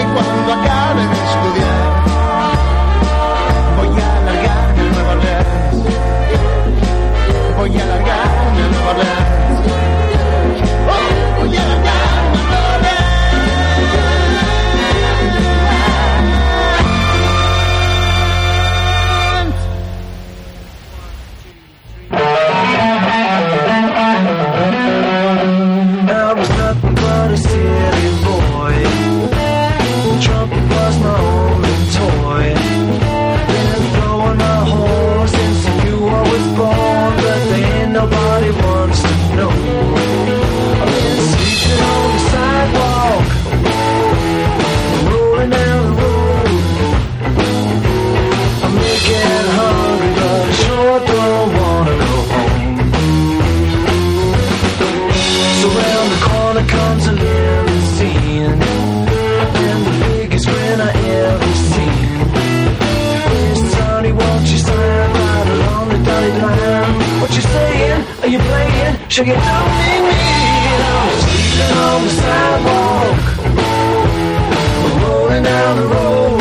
Speaker 4: y cuando acabe de estudiar, voy a largarme a Nueva Orleans. Voy a largarme a Nueva Orleans. Oh, voy a largarme a Nueva Orleans.
Speaker 1: I was nothing but a silly boy. Trumpet was my only toy. Been blowing my horn since I knew I was born, but there ain't nobody wants to know. I've been sleeping on the sidewalk, rolling down the road. I'm making hungry, but I sure don't wanna go home. So round the corner comes a living scene. And the biggest grin I ever seen. Miss Tony, won't you sign right along the dotted line? What you saying? Are you playing? Should you help me? I was sleeping on the sidewalk. Rolling down the road.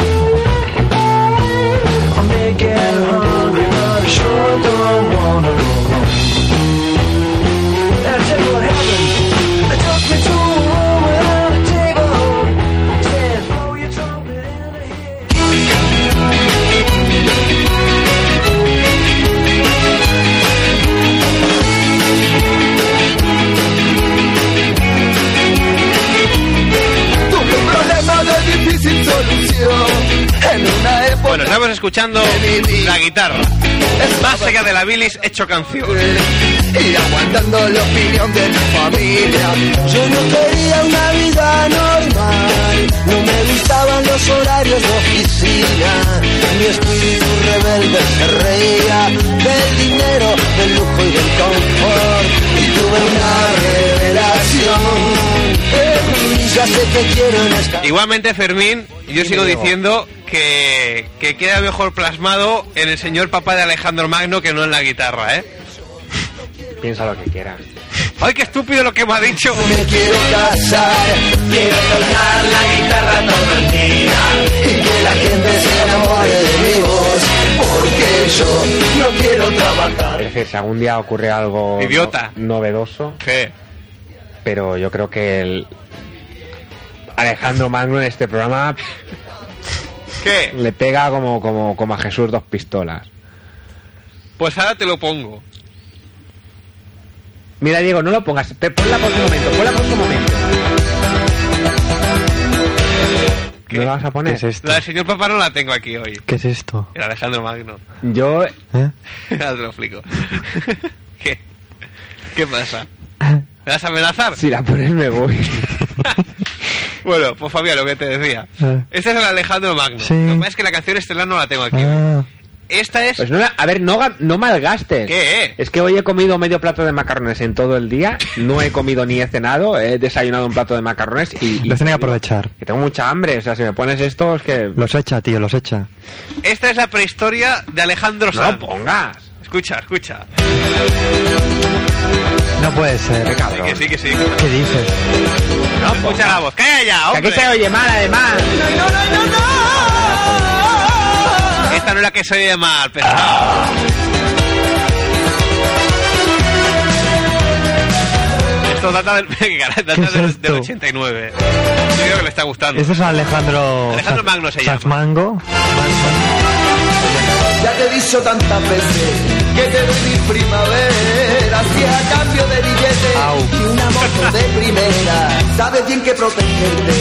Speaker 1: I'm making hungry, but I sure don't wanna go home. And I tell you what happened. They took me to a room without a table.
Speaker 2: Bueno, estamos escuchando la guitarra. Más seca de la bilis hecho canción.
Speaker 6: Y aguantando la opinión de tu familia.
Speaker 4: Yo no quería una vida normal, no me gustaban los horarios de oficina. Mi espíritu rebelde se reía del dinero, del lujo y del confort. Y tuve una revelación. Eh, ya sé que quiero en esta.
Speaker 2: Igualmente, Fermín, yo sigo diciendo que, que queda mejor plasmado en el señor papá de Alejandro Magno que no en la guitarra, ¿eh?
Speaker 3: Piensa lo que quieras.
Speaker 2: ¡Ay, qué estúpido lo que me ha dicho!
Speaker 4: Me quiero casar, quiero tocar la guitarra todo el día y que la gente se enamore de mi voz, porque yo no quiero trabajar.
Speaker 3: Es decir, si algún día ocurre algo no-
Speaker 2: Idiota.
Speaker 3: novedoso,
Speaker 2: ¿Qué?
Speaker 3: pero yo creo que el Alejandro Magno en este programa
Speaker 2: ¿Qué?
Speaker 3: le pega como, como, como a Jesús dos pistolas.
Speaker 2: Pues ahora te lo pongo.
Speaker 3: Mira, Diego, no lo pongas. Pe- Ponla por un momento, ponla por un momento.
Speaker 2: ¿Qué?
Speaker 3: ¿No la vas a
Speaker 5: ¿Qué
Speaker 3: poner?
Speaker 5: es esto?
Speaker 2: La del señor papá no la tengo aquí hoy.
Speaker 5: ¿Qué es esto?
Speaker 2: El Alejandro Magno. <laughs>
Speaker 3: Yo,
Speaker 5: ¿Eh?
Speaker 2: Ahora te lo explico. <laughs> ¿Qué? ¿Qué pasa?
Speaker 5: Ah,
Speaker 2: ¿Me vas a amenazar?
Speaker 3: si la pones, me voy.
Speaker 2: Bueno, pues Fabián, lo que te decía.
Speaker 5: Eh.
Speaker 2: Este es el Alejandro Magno.
Speaker 5: Sí.
Speaker 2: Lo que pasa es que la canción estelar no la tengo aquí.
Speaker 5: Ah,
Speaker 2: Esta es...
Speaker 3: Pues no, la- a ver, no, ga- no malgastes.
Speaker 2: ¿Qué?
Speaker 3: Es que hoy he comido medio plato de macarrones en todo el día, no he comido ni he cenado, he desayunado un plato de macarrones y... y-
Speaker 5: los tiene que aprovechar.
Speaker 3: que tengo mucha hambre, o sea, si me pones esto es que...
Speaker 5: Los echa, tío, los echa.
Speaker 2: Esta es la prehistoria de Alejandro
Speaker 3: No lo
Speaker 2: Sanz.
Speaker 3: pongas.
Speaker 2: Escucha, escucha.
Speaker 5: No puede
Speaker 3: Qué
Speaker 5: ser.
Speaker 3: cabrón.
Speaker 2: Que sí, que sí.
Speaker 5: ¿Qué dices?
Speaker 2: No, escucha la voz. ¡Calla ya,
Speaker 3: Que
Speaker 2: hombre!
Speaker 3: aquí se oye mal, además.
Speaker 2: Esta no es la que se oye mal, pesado. Esto data del, <laughs> data
Speaker 5: ¿Qué es
Speaker 2: del- del
Speaker 5: esto?
Speaker 2: 89. Yo creo que le está gustando.
Speaker 5: Este es Alejandro...
Speaker 2: Alejandro Magno se llama.
Speaker 5: Mango.
Speaker 4: Ya te he dicho tantas veces que te doy mi primavera si a cambio de billetes
Speaker 5: Au.
Speaker 4: y un amor de primera. Sabes bien que protegerte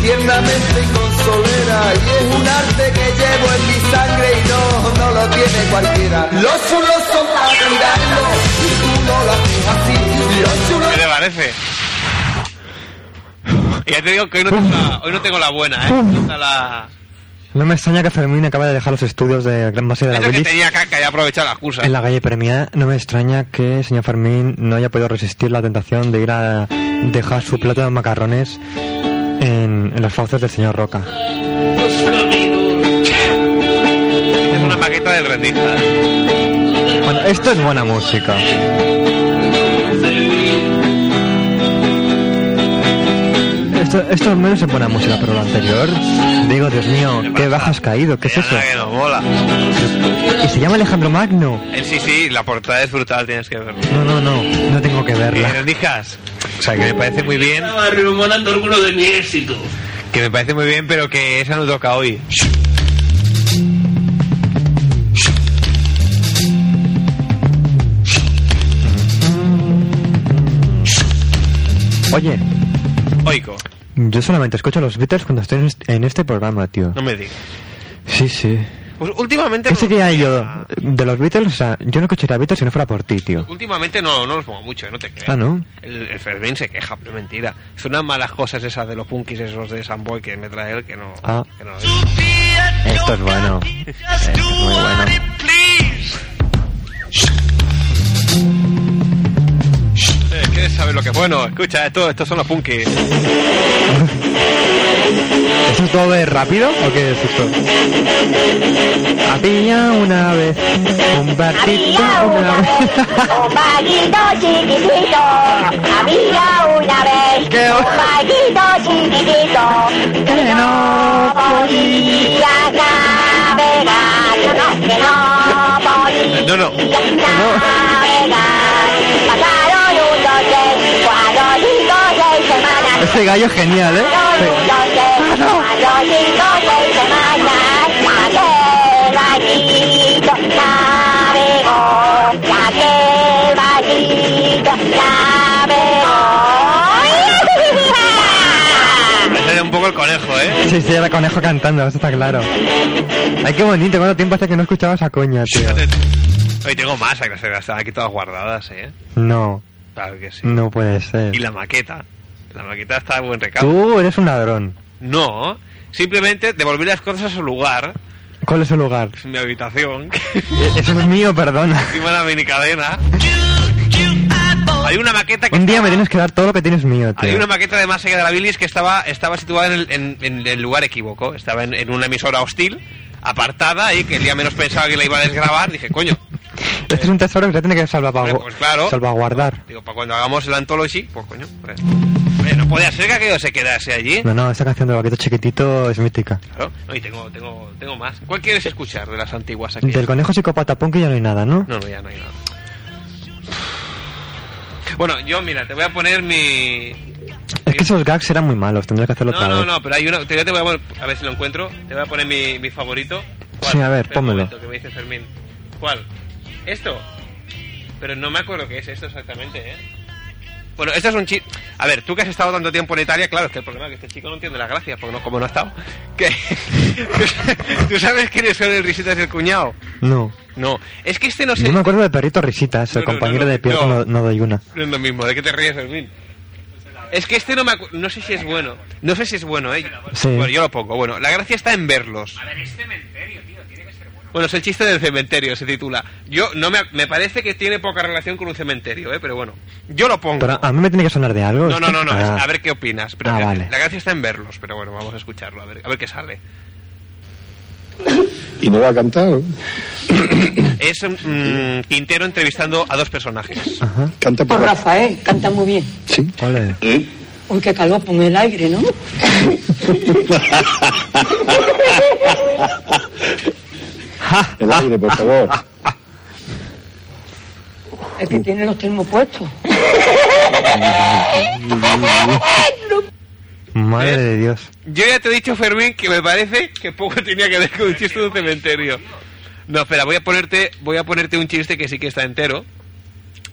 Speaker 4: tiernamente y consolera y es un arte que llevo en mi sangre y no, no lo tiene cualquiera. Los chulos son para mirarlo y tú no lo haces así. Los chulos
Speaker 2: ¿Qué te parece? Y ya te digo que hoy no tengo la, hoy no tengo la buena, ¿eh? No está la...
Speaker 5: No me extraña que Fermín acaba de dejar los estudios de Gran Base de la
Speaker 2: Eso que
Speaker 5: Bilis
Speaker 2: tenía caca y ha aprovechado la excusa.
Speaker 5: en la calle premiada. No me extraña que el señor Fermín no haya podido resistir la tentación de ir a dejar su plato de macarrones en, en las fauces del señor Roca.
Speaker 2: Es una maqueta del rendista.
Speaker 5: Bueno, esto es buena música. Esto, esto al menos es buena música, pero lo anterior... Digo, Dios mío, qué baja has caído, ¿qué es eso?
Speaker 2: Mierda que nos mola.
Speaker 5: Y se llama Alejandro Magno.
Speaker 2: Eh, Sí, sí, la portada es brutal, tienes que verlo.
Speaker 5: No, no, no, no tengo que
Speaker 2: Y
Speaker 5: verla.
Speaker 2: rendijas. O sea, que me parece muy bien,
Speaker 7: Estaba rememorando alguno de mi éxito.
Speaker 2: que me parece muy bien, pero que esa no toca hoy.
Speaker 5: Oye,
Speaker 2: Oico,
Speaker 5: yo solamente escucho a los Beatles cuando estoy en est- en este programa, tío.
Speaker 2: no me digas.
Speaker 5: Sí, sí.
Speaker 2: Pues últimamente...
Speaker 5: Ese
Speaker 2: no-
Speaker 5: día yo, de los Beatles, o sea, yo no escucharía Beatles si no fuera por ti, tío.
Speaker 2: Últimamente no, no los pongo mucho, eh, no te creas.
Speaker 5: Ah, ¿no?
Speaker 2: El, el Fermín se queja, pero mentira. Son unas malas cosas esas de los punkis esos de Samboy que me trae él que no...
Speaker 5: Ah.
Speaker 2: Que no
Speaker 5: Esto es bueno. Esto es muy bueno.
Speaker 2: Eh, ¿Quieres saber lo que es bueno? Escucha, esto, estos son los punkis.
Speaker 5: ¿Esto es todo de rápido o qué es esto? Había una vez un barquito
Speaker 8: Había
Speaker 5: una
Speaker 8: una
Speaker 5: vez...
Speaker 8: vez un vaguito chiquitito, había una vez
Speaker 5: ¿Qué?
Speaker 8: un vaguito chiquitito
Speaker 5: Que no
Speaker 8: podía navegar, no, que no podía
Speaker 2: No, no.
Speaker 8: navegar. Pasaron un, dos, tres, cuatro, cinco, seis semanas.
Speaker 5: Este gallo es genial, ¿eh?
Speaker 8: Pasaron un, dos, tres, cuatro, cinco, seis semanas. Aquel vaguito navegó, aquel vaguito navegó.
Speaker 2: Ese era un poco el conejo, ¿eh?
Speaker 5: <laughs> Sí, Sí, sí, era conejo cantando, eso está claro. Ay, qué bonito, cuánto tiempo hace que no escuchaba esa coña, tío.
Speaker 2: Hoy tengo más, que se están aquí todas guardadas, ¿eh?
Speaker 5: No,
Speaker 2: Claro que sí.
Speaker 5: no puede ser.
Speaker 2: Y la maqueta. La maqueta está a buen recado.
Speaker 5: Tú eres un ladrón.
Speaker 2: No, simplemente devolví las cosas a su lugar,
Speaker 5: ¿Cuál es su lugar?
Speaker 2: es mi habitación, <laughs>
Speaker 5: Eso es mío, perdona.
Speaker 2: encima de la minicadena. Hay una maqueta que
Speaker 5: Un día me
Speaker 2: estaba-
Speaker 5: tienes que dar todo lo que tienes mío, tío.
Speaker 2: Hay una maqueta de más allá de la bilis que estaba, estaba situada en el, en- en el lugar equívoco. Estaba en, en una emisora hostil, apartada, y que el día menos pensaba que la iba a desgrabar. Dije, coño,
Speaker 5: Este es un tesoro que se tiene que
Speaker 2: hombre,
Speaker 5: salvagu-
Speaker 2: pues claro.
Speaker 5: salvaguardar.
Speaker 2: Digo, para cuando hagamos el Anthology, pues coño. pues- Hombre, no podía ser que aquello se quedase allí.
Speaker 5: No, no, esa canción del vaquito chiquitito es mítica.
Speaker 2: Claro. No, y tengo, tengo, tengo más. ¿Cuál quieres escuchar de las antiguas aquí?
Speaker 5: Del conejo psicópata punk ya no hay nada, ¿no?
Speaker 2: No, no, ya no hay nada. Bueno, yo, mira, te voy a poner mi.
Speaker 5: Es que esos gags eran muy malos, tendría que hacerlo
Speaker 2: No,
Speaker 5: otra
Speaker 2: no,
Speaker 5: vez.
Speaker 2: no, pero hay uno. Te, te voy a poner, a ver si lo encuentro. Te voy a poner mi, mi favorito.
Speaker 5: Sí, a ver,
Speaker 2: Espera un
Speaker 5: pónmelo.
Speaker 2: momento, que me dice Fermín. ¿Cuál? ¿Esto? Pero no me acuerdo qué es esto exactamente, ¿eh? Bueno, esto es un chiste. A ver, tú que has estado tanto tiempo en Italia, claro, es que el problema es que este chico no entiende las gracias, porque no, como no ha estado. Que... <laughs> ¿Tú sabes quiénes son el Risitas y el Cuñado?
Speaker 5: No.
Speaker 2: No, es que este no sé.
Speaker 5: Yo me acuerdo de Perrito Risitas, el
Speaker 2: No, no,
Speaker 5: compañero
Speaker 2: no, no,
Speaker 5: de Pierre
Speaker 2: no.
Speaker 5: no, no doy una.
Speaker 2: No es lo mismo, ¿de qué te ríes, Fermín? Es que este no me acu- no sé si es bueno. No sé si es bueno, ¿eh?
Speaker 5: Sí.
Speaker 2: Bueno, yo lo pongo. Bueno, la gracia está en verlos.
Speaker 9: A ver, es cementerio, tío, tiene que ser bueno.
Speaker 2: Bueno, es el chiste del cementerio, se titula. Yo no me, me parece que tiene poca relación con un cementerio, ¿eh? Pero bueno, yo lo pongo.
Speaker 5: Pero a mí me tiene que sonar de algo.
Speaker 2: No, no, no, no.
Speaker 5: Ah.
Speaker 2: es- A ver qué opinas. Pero
Speaker 5: Ah,
Speaker 2: la-
Speaker 5: vale.
Speaker 2: La gracia está en verlos, pero bueno, vamos a escucharlo, a ver, a ver qué sale.
Speaker 10: Y no va a cantar.
Speaker 2: Es mm, Quintero entrevistando a dos personajes.
Speaker 5: Ajá.
Speaker 10: Canta por
Speaker 11: Pues
Speaker 10: Rafa.
Speaker 11: Rafael, canta muy bien.
Speaker 10: Sí.
Speaker 5: Ole.
Speaker 11: Uy, qué calor con el aire, ¿no?
Speaker 10: El aire, por favor.
Speaker 11: Es que tiene los termos puestos.
Speaker 5: Madre
Speaker 2: ¿Ves?
Speaker 5: de Dios.
Speaker 2: Yo ya te he dicho, Fermín, que me parece que poco <laughs> tenía que ver con un chiste de un cementerio. No, espera, voy a ponerte, voy a ponerte un chiste que sí que está entero.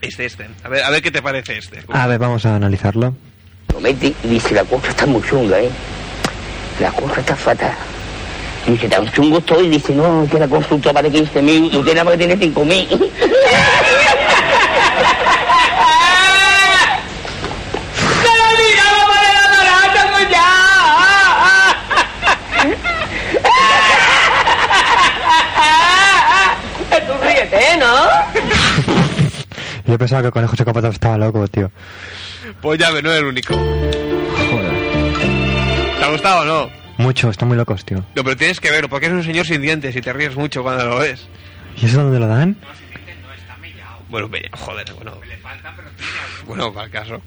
Speaker 2: Este, este. A ver, a ver qué te parece este.
Speaker 5: A ver, vamos a analizarlo.
Speaker 1: Lo mete y dice, la cosa está muy chunga, ¿eh? La cosa está fatal. Y dice, tan chungo estoy, dice, no, que la consulta para 15.000 y usted nada más que tiene 5.000.
Speaker 11: Tú ríete, ¿no?
Speaker 5: Yo pensaba que el conejo psicópata estaba loco, tío.
Speaker 2: Pues ya, ve, no es el único.
Speaker 5: Joder.
Speaker 2: ¿Te ha gustado o no?
Speaker 5: Mucho, están muy locos, tío.
Speaker 2: No, pero tienes que verlo, porque es un señor sin dientes y te ríes mucho cuando lo ves.
Speaker 5: ¿Y eso dónde lo dan?
Speaker 2: Bueno, ve- joder, bueno. Bueno, para el caso.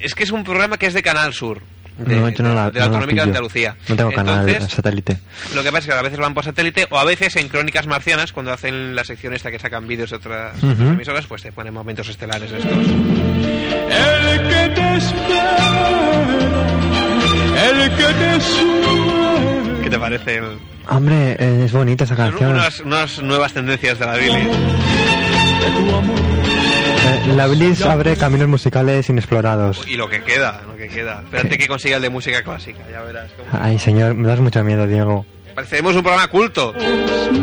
Speaker 2: Es que es un programa que es de Canal Sur. De,
Speaker 5: no, yo no la,
Speaker 2: de la
Speaker 5: no la
Speaker 2: Autonómica de
Speaker 5: pillo.
Speaker 2: Andalucía.
Speaker 5: No tengo canal
Speaker 2: Entonces,
Speaker 5: satélite.
Speaker 2: Lo que pasa es que a veces van por satélite o a veces en Crónicas Marcianas, cuando hacen la sección esta que sacan vídeos de otras
Speaker 5: Ujú.
Speaker 2: otras emisoras, pues te ponen momentos estelares de estos.
Speaker 4: El que te espera, el que te sueña.
Speaker 2: ¿Qué te parece? el-
Speaker 5: Hombre, eh, es bonita esa
Speaker 2: Son
Speaker 5: canción.
Speaker 2: unas, unas nuevas tendencias de la Billy.
Speaker 5: Eh, la Bliss abre caminos musicales inexplorados.
Speaker 2: Y lo que queda, lo que queda. Espérate que consiga el de música clásica, ya verás. cómo-
Speaker 5: Ay, señor, me das mucho miedo, Diego.
Speaker 2: Parecemos un programa culto.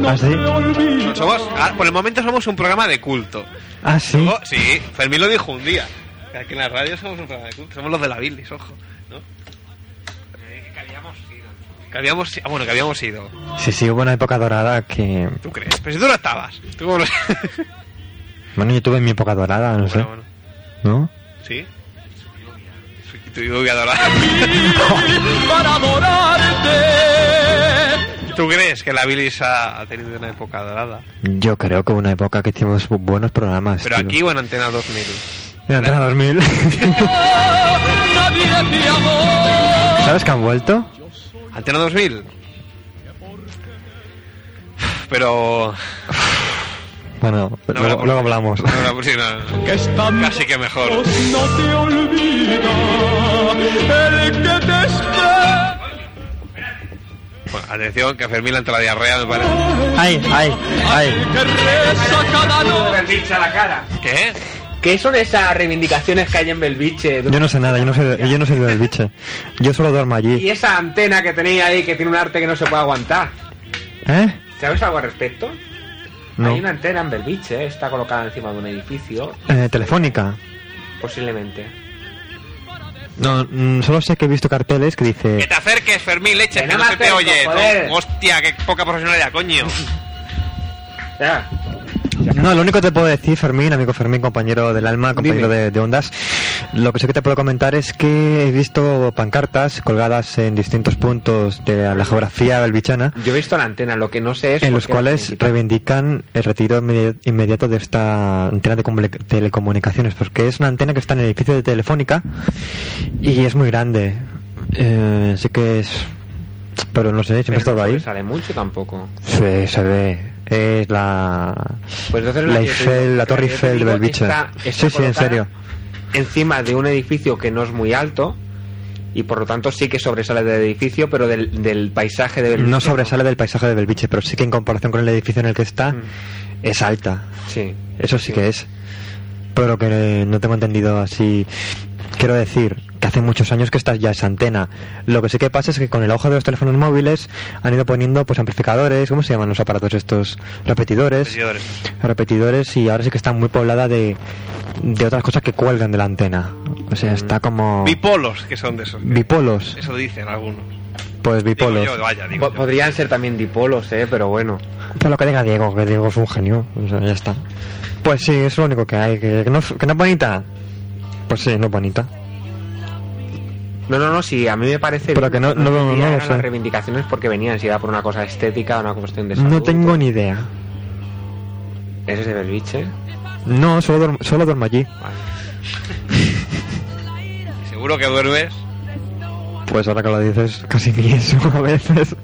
Speaker 5: ¿Ah, sí?
Speaker 2: No somos, ah, por el momento somos un programa de culto.
Speaker 5: ¿Ah, sí?
Speaker 2: Luego, Oh, sí, Fermín lo dijo un día. que Aquí en la radio somos un programa de culto, somos los de la Billy, ojo. ¿no? Que habíamos sido. bueno, que habíamos ido.
Speaker 5: Sí, sí, hubo una época dorada que...
Speaker 2: ¿Tú crees? Pero si tú no <laughs> estabas. Tú cómo lo sabes?
Speaker 5: Bueno, yo tuve mi época dorada, no sé.
Speaker 2: Bueno, bueno.
Speaker 5: ¿No?
Speaker 2: ¿Sí? Su- Tu lluvia dorada.
Speaker 4: <laughs> para adorarte.
Speaker 2: ¿Tú crees que la Bilis ha, ha tenido una época dorada?
Speaker 5: Yo creo que hubo una época que hicimos bu- buenos programas.
Speaker 2: Pero
Speaker 5: tío.
Speaker 2: aquí o en Antena 2000.
Speaker 5: En
Speaker 2: <laughs>
Speaker 5: Antena 2000.
Speaker 4: Nadie te amó.
Speaker 5: ¿Sabes que han vuelto?
Speaker 2: ¿Antena 2000? Pero...
Speaker 5: Bueno,
Speaker 2: No,
Speaker 5: luego,
Speaker 2: no,
Speaker 5: luego hablamos.
Speaker 2: No, no, sí, no, no.
Speaker 4: Que están
Speaker 2: Casi que mejor.
Speaker 4: No te olvida el que te espera.
Speaker 2: Bueno, atención, que a Fermín le entra la diarrea, me parece.
Speaker 5: ¡Ay, ay, ay!
Speaker 4: Que reza cada noche.
Speaker 9: a la cara.
Speaker 2: ¿Qué?
Speaker 12: ¿Qué son esas reivindicaciones que hay en Belviche?
Speaker 5: Yo no sé nada, yo no sé, yo no sé del biche. Yo solo duermo allí.
Speaker 12: Y esa antena que tenía ahí que tiene un arte que no se puede aguantar.
Speaker 5: ¿Eh?
Speaker 12: ¿Sabes algo al respecto?
Speaker 5: No.
Speaker 12: Hay una antena en Belviche, eh, está colocada encima de un edificio,
Speaker 5: Eh, telefónica.
Speaker 12: posiblemente.
Speaker 5: No, mm, solo sé que he visto carteles que dice.
Speaker 2: Te acerques, Fermín Leche, que
Speaker 12: no
Speaker 2: no
Speaker 12: me
Speaker 2: se te
Speaker 12: acerco,
Speaker 2: oye. tú.
Speaker 12: joder.
Speaker 2: Hostia, qué poca profesionalidad, coño.
Speaker 12: Ya.
Speaker 5: No, lo único que te puedo decir, Fermín, amigo Fermín, compañero del alma, compañero de, de ondas, lo que sé que te puedo comentar es que he visto pancartas colgadas en distintos puntos de la geografía belvichana
Speaker 3: Yo he visto la antena, lo que no sé es...
Speaker 5: en
Speaker 3: por
Speaker 5: los
Speaker 3: qué la
Speaker 5: cuales reivindican el retiro inmedi- inmediato de esta antena de comule- telecomunicaciones, porque es una antena que está en el edificio de Telefónica y es muy grande. Eh, así que es. Pero no sé, siempre he estado ahí.
Speaker 3: Sale mucho tampoco.
Speaker 5: Sí, se ve. Es la.
Speaker 3: Pues entonces
Speaker 5: la,
Speaker 3: la que yo
Speaker 5: Eiffel,
Speaker 3: te digo,
Speaker 5: la Torre
Speaker 3: que yo te
Speaker 5: Eiffel de
Speaker 3: digo,
Speaker 5: Belviche.
Speaker 3: está- está
Speaker 5: sí, sí, en
Speaker 3: colocada
Speaker 5: serio.
Speaker 3: Encima de un edificio que no es muy alto y por lo tanto sí que sobresale del edificio, pero del, del paisaje de Belviche.
Speaker 5: No sobresale del paisaje de Belviche, pero sí que en comparación con el edificio en el que está,
Speaker 3: Mm.
Speaker 5: es alta.
Speaker 3: Sí.
Speaker 5: Eso sí que es. Pero lo que no tengo entendido así. Quiero decir que hace muchos años que está ya esa antena. Lo que sí que pasa es que con el auge de los teléfonos móviles han ido poniendo pues amplificadores, ¿cómo se llaman los aparatos estos? Repetidores.
Speaker 2: Repetidores.
Speaker 5: Repetidores, y ahora sí que está muy poblada de, de otras cosas que cuelgan de la antena. O
Speaker 2: Mm.
Speaker 5: sea, está como...
Speaker 2: Bipolos, que son de esos.
Speaker 5: Bipolos.
Speaker 2: Eso dicen algunos.
Speaker 5: Pues bipolos.
Speaker 2: Digo yo, vaya, digo
Speaker 3: Po- Podrían ser también dipolos, eh, pero bueno.
Speaker 5: Pues lo que diga Diego, que Diego es un genio. O sea, ya está. Pues sí, es lo único que hay. Que, que no, que no es bonita. Pues sí, no es bonita.
Speaker 3: No, no, no, sí, a mí me parece...
Speaker 5: Pero que no- no- no lo
Speaker 3: eran
Speaker 5: sé.
Speaker 3: las reivindicaciones porque venían, si era por una cosa estética, una cuestión de salud. pues,
Speaker 5: No tengo ni idea.
Speaker 3: ¿Ese es de Belviche?
Speaker 5: No, solo duermo, solo duermo allí.
Speaker 2: Seguro que duermes.
Speaker 5: Pues ahora que lo dices, casi pienso a veces.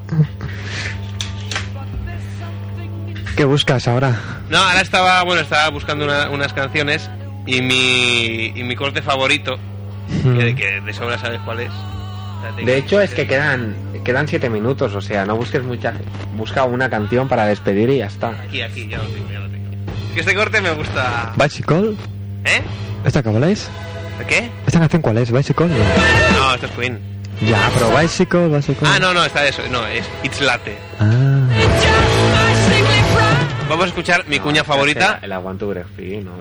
Speaker 5: ¿Qué buscas ahora?
Speaker 2: No, ahora estaba, bueno, estaba buscando una- unas canciones y mi, y mi corte favorito,
Speaker 5: Mm.
Speaker 2: que, que de sobra sabes cuál es. Espérate
Speaker 3: Mm. De
Speaker 2: que-
Speaker 3: hecho, es que quedan quedan siete minutos, o sea, no busques mucha... Busca una canción para despedir y ya está.
Speaker 2: Aquí, aquí, ya lo tengo, ya lo tengo. Que este corte me gusta.
Speaker 5: ¿Bicycle?
Speaker 2: ¿Eh?
Speaker 5: ¿Esta cuál es?
Speaker 2: ¿Qué?
Speaker 5: ¿Esta canción cuál es? ¿Bicycle? No.
Speaker 2: No, esto es Queen.
Speaker 5: Ya, pero Bicycle, Bicycle.
Speaker 2: Ah, no, no, está eso. No, es It's Latte.
Speaker 5: Ah.
Speaker 2: Vamos a escuchar mi cuña favorita.
Speaker 3: El aguanto Brefri, ¿no?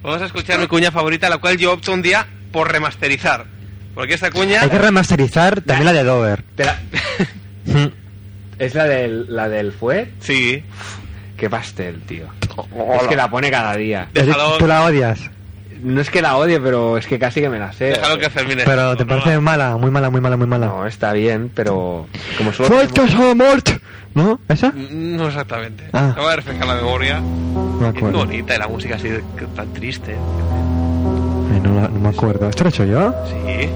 Speaker 2: Vamos a escuchar mi cuña favorita, la cual yo opto un día por remasterizar. Porque esta cuña.
Speaker 5: Hay que remasterizar también la de Dover. <laughs>
Speaker 3: ¿Es la del, la del fuet?
Speaker 2: Sí.
Speaker 3: Qué pastel, tío. Es que la pone cada día.
Speaker 5: Tú la odias.
Speaker 3: No es que la odie, pero es que casi que me la sé.
Speaker 2: Déjalo que Fermín
Speaker 5: Eh, Pero te parece mala, muy mala, muy mala, muy mala.
Speaker 3: No, está bien, pero... Como solo...
Speaker 5: Fuert que soy mort. ¿No? ¿Esa?
Speaker 2: Mm, No exactamente.
Speaker 5: Ah.
Speaker 2: Acaba de refrescar la memoria.
Speaker 5: No me
Speaker 2: Es
Speaker 5: acuerdo.
Speaker 2: bonita y la música así de- que- tan triste.
Speaker 5: Ay, no, la- no me acuerdo. ¿Esto lo he hecho yo?
Speaker 2: Sí.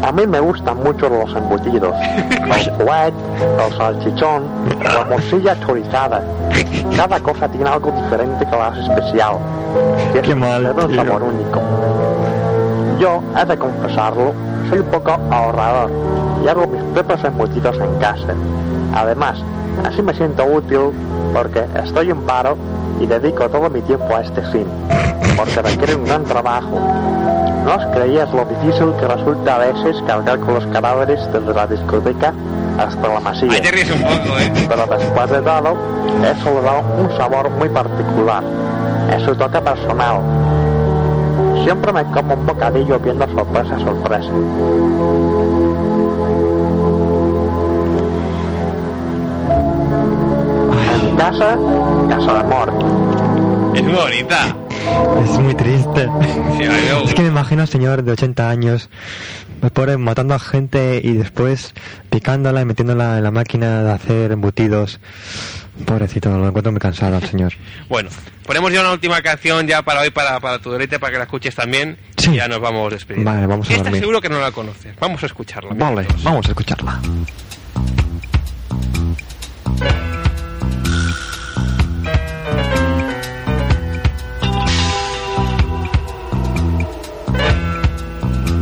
Speaker 13: A mí me gustan mucho los embutidos, los wet, los salchichón, la morcilla chorizada. Cada cosa tiene algo diferente que la hace especial. Y Qué mal. Es un sabor único. Yo, he de confesarlo, soy un poco ahorrador y hago mis propios embutidos en casa. Además, así me siento útil porque estoy en paro y dedico todo mi tiempo a este fin, porque requiere un gran trabajo. ¿No os creías lo difícil que resulta a veces cargar con los cadáveres desde la discoteca hasta la masía?
Speaker 2: ¿eh?
Speaker 13: Pero después de todo, eso le da un sabor muy particular. Es su toque personal. Siempre me como un bocadillo viendo sorpresa, sorpresa. En casa, casa de amor.
Speaker 2: Es muy bonita.
Speaker 5: Es muy triste.
Speaker 2: Sí, a mí me
Speaker 5: es
Speaker 2: gusta.
Speaker 5: que me imagino al señor de 80 años, me pone matando a gente y después picándola y metiéndola en la máquina de hacer embutidos. Pobrecito, lo encuentro muy cansado al señor.
Speaker 2: Bueno, ponemos ya una última canción ya para hoy, para, para tu dorete, para que la escuches también. Y ya nos vamos despidiendo.
Speaker 5: Vale, vamos a
Speaker 2: Esta
Speaker 5: dormir.
Speaker 2: seguro que no la conoces. Vamos a escucharla.
Speaker 5: Vale, vamos a escucharla.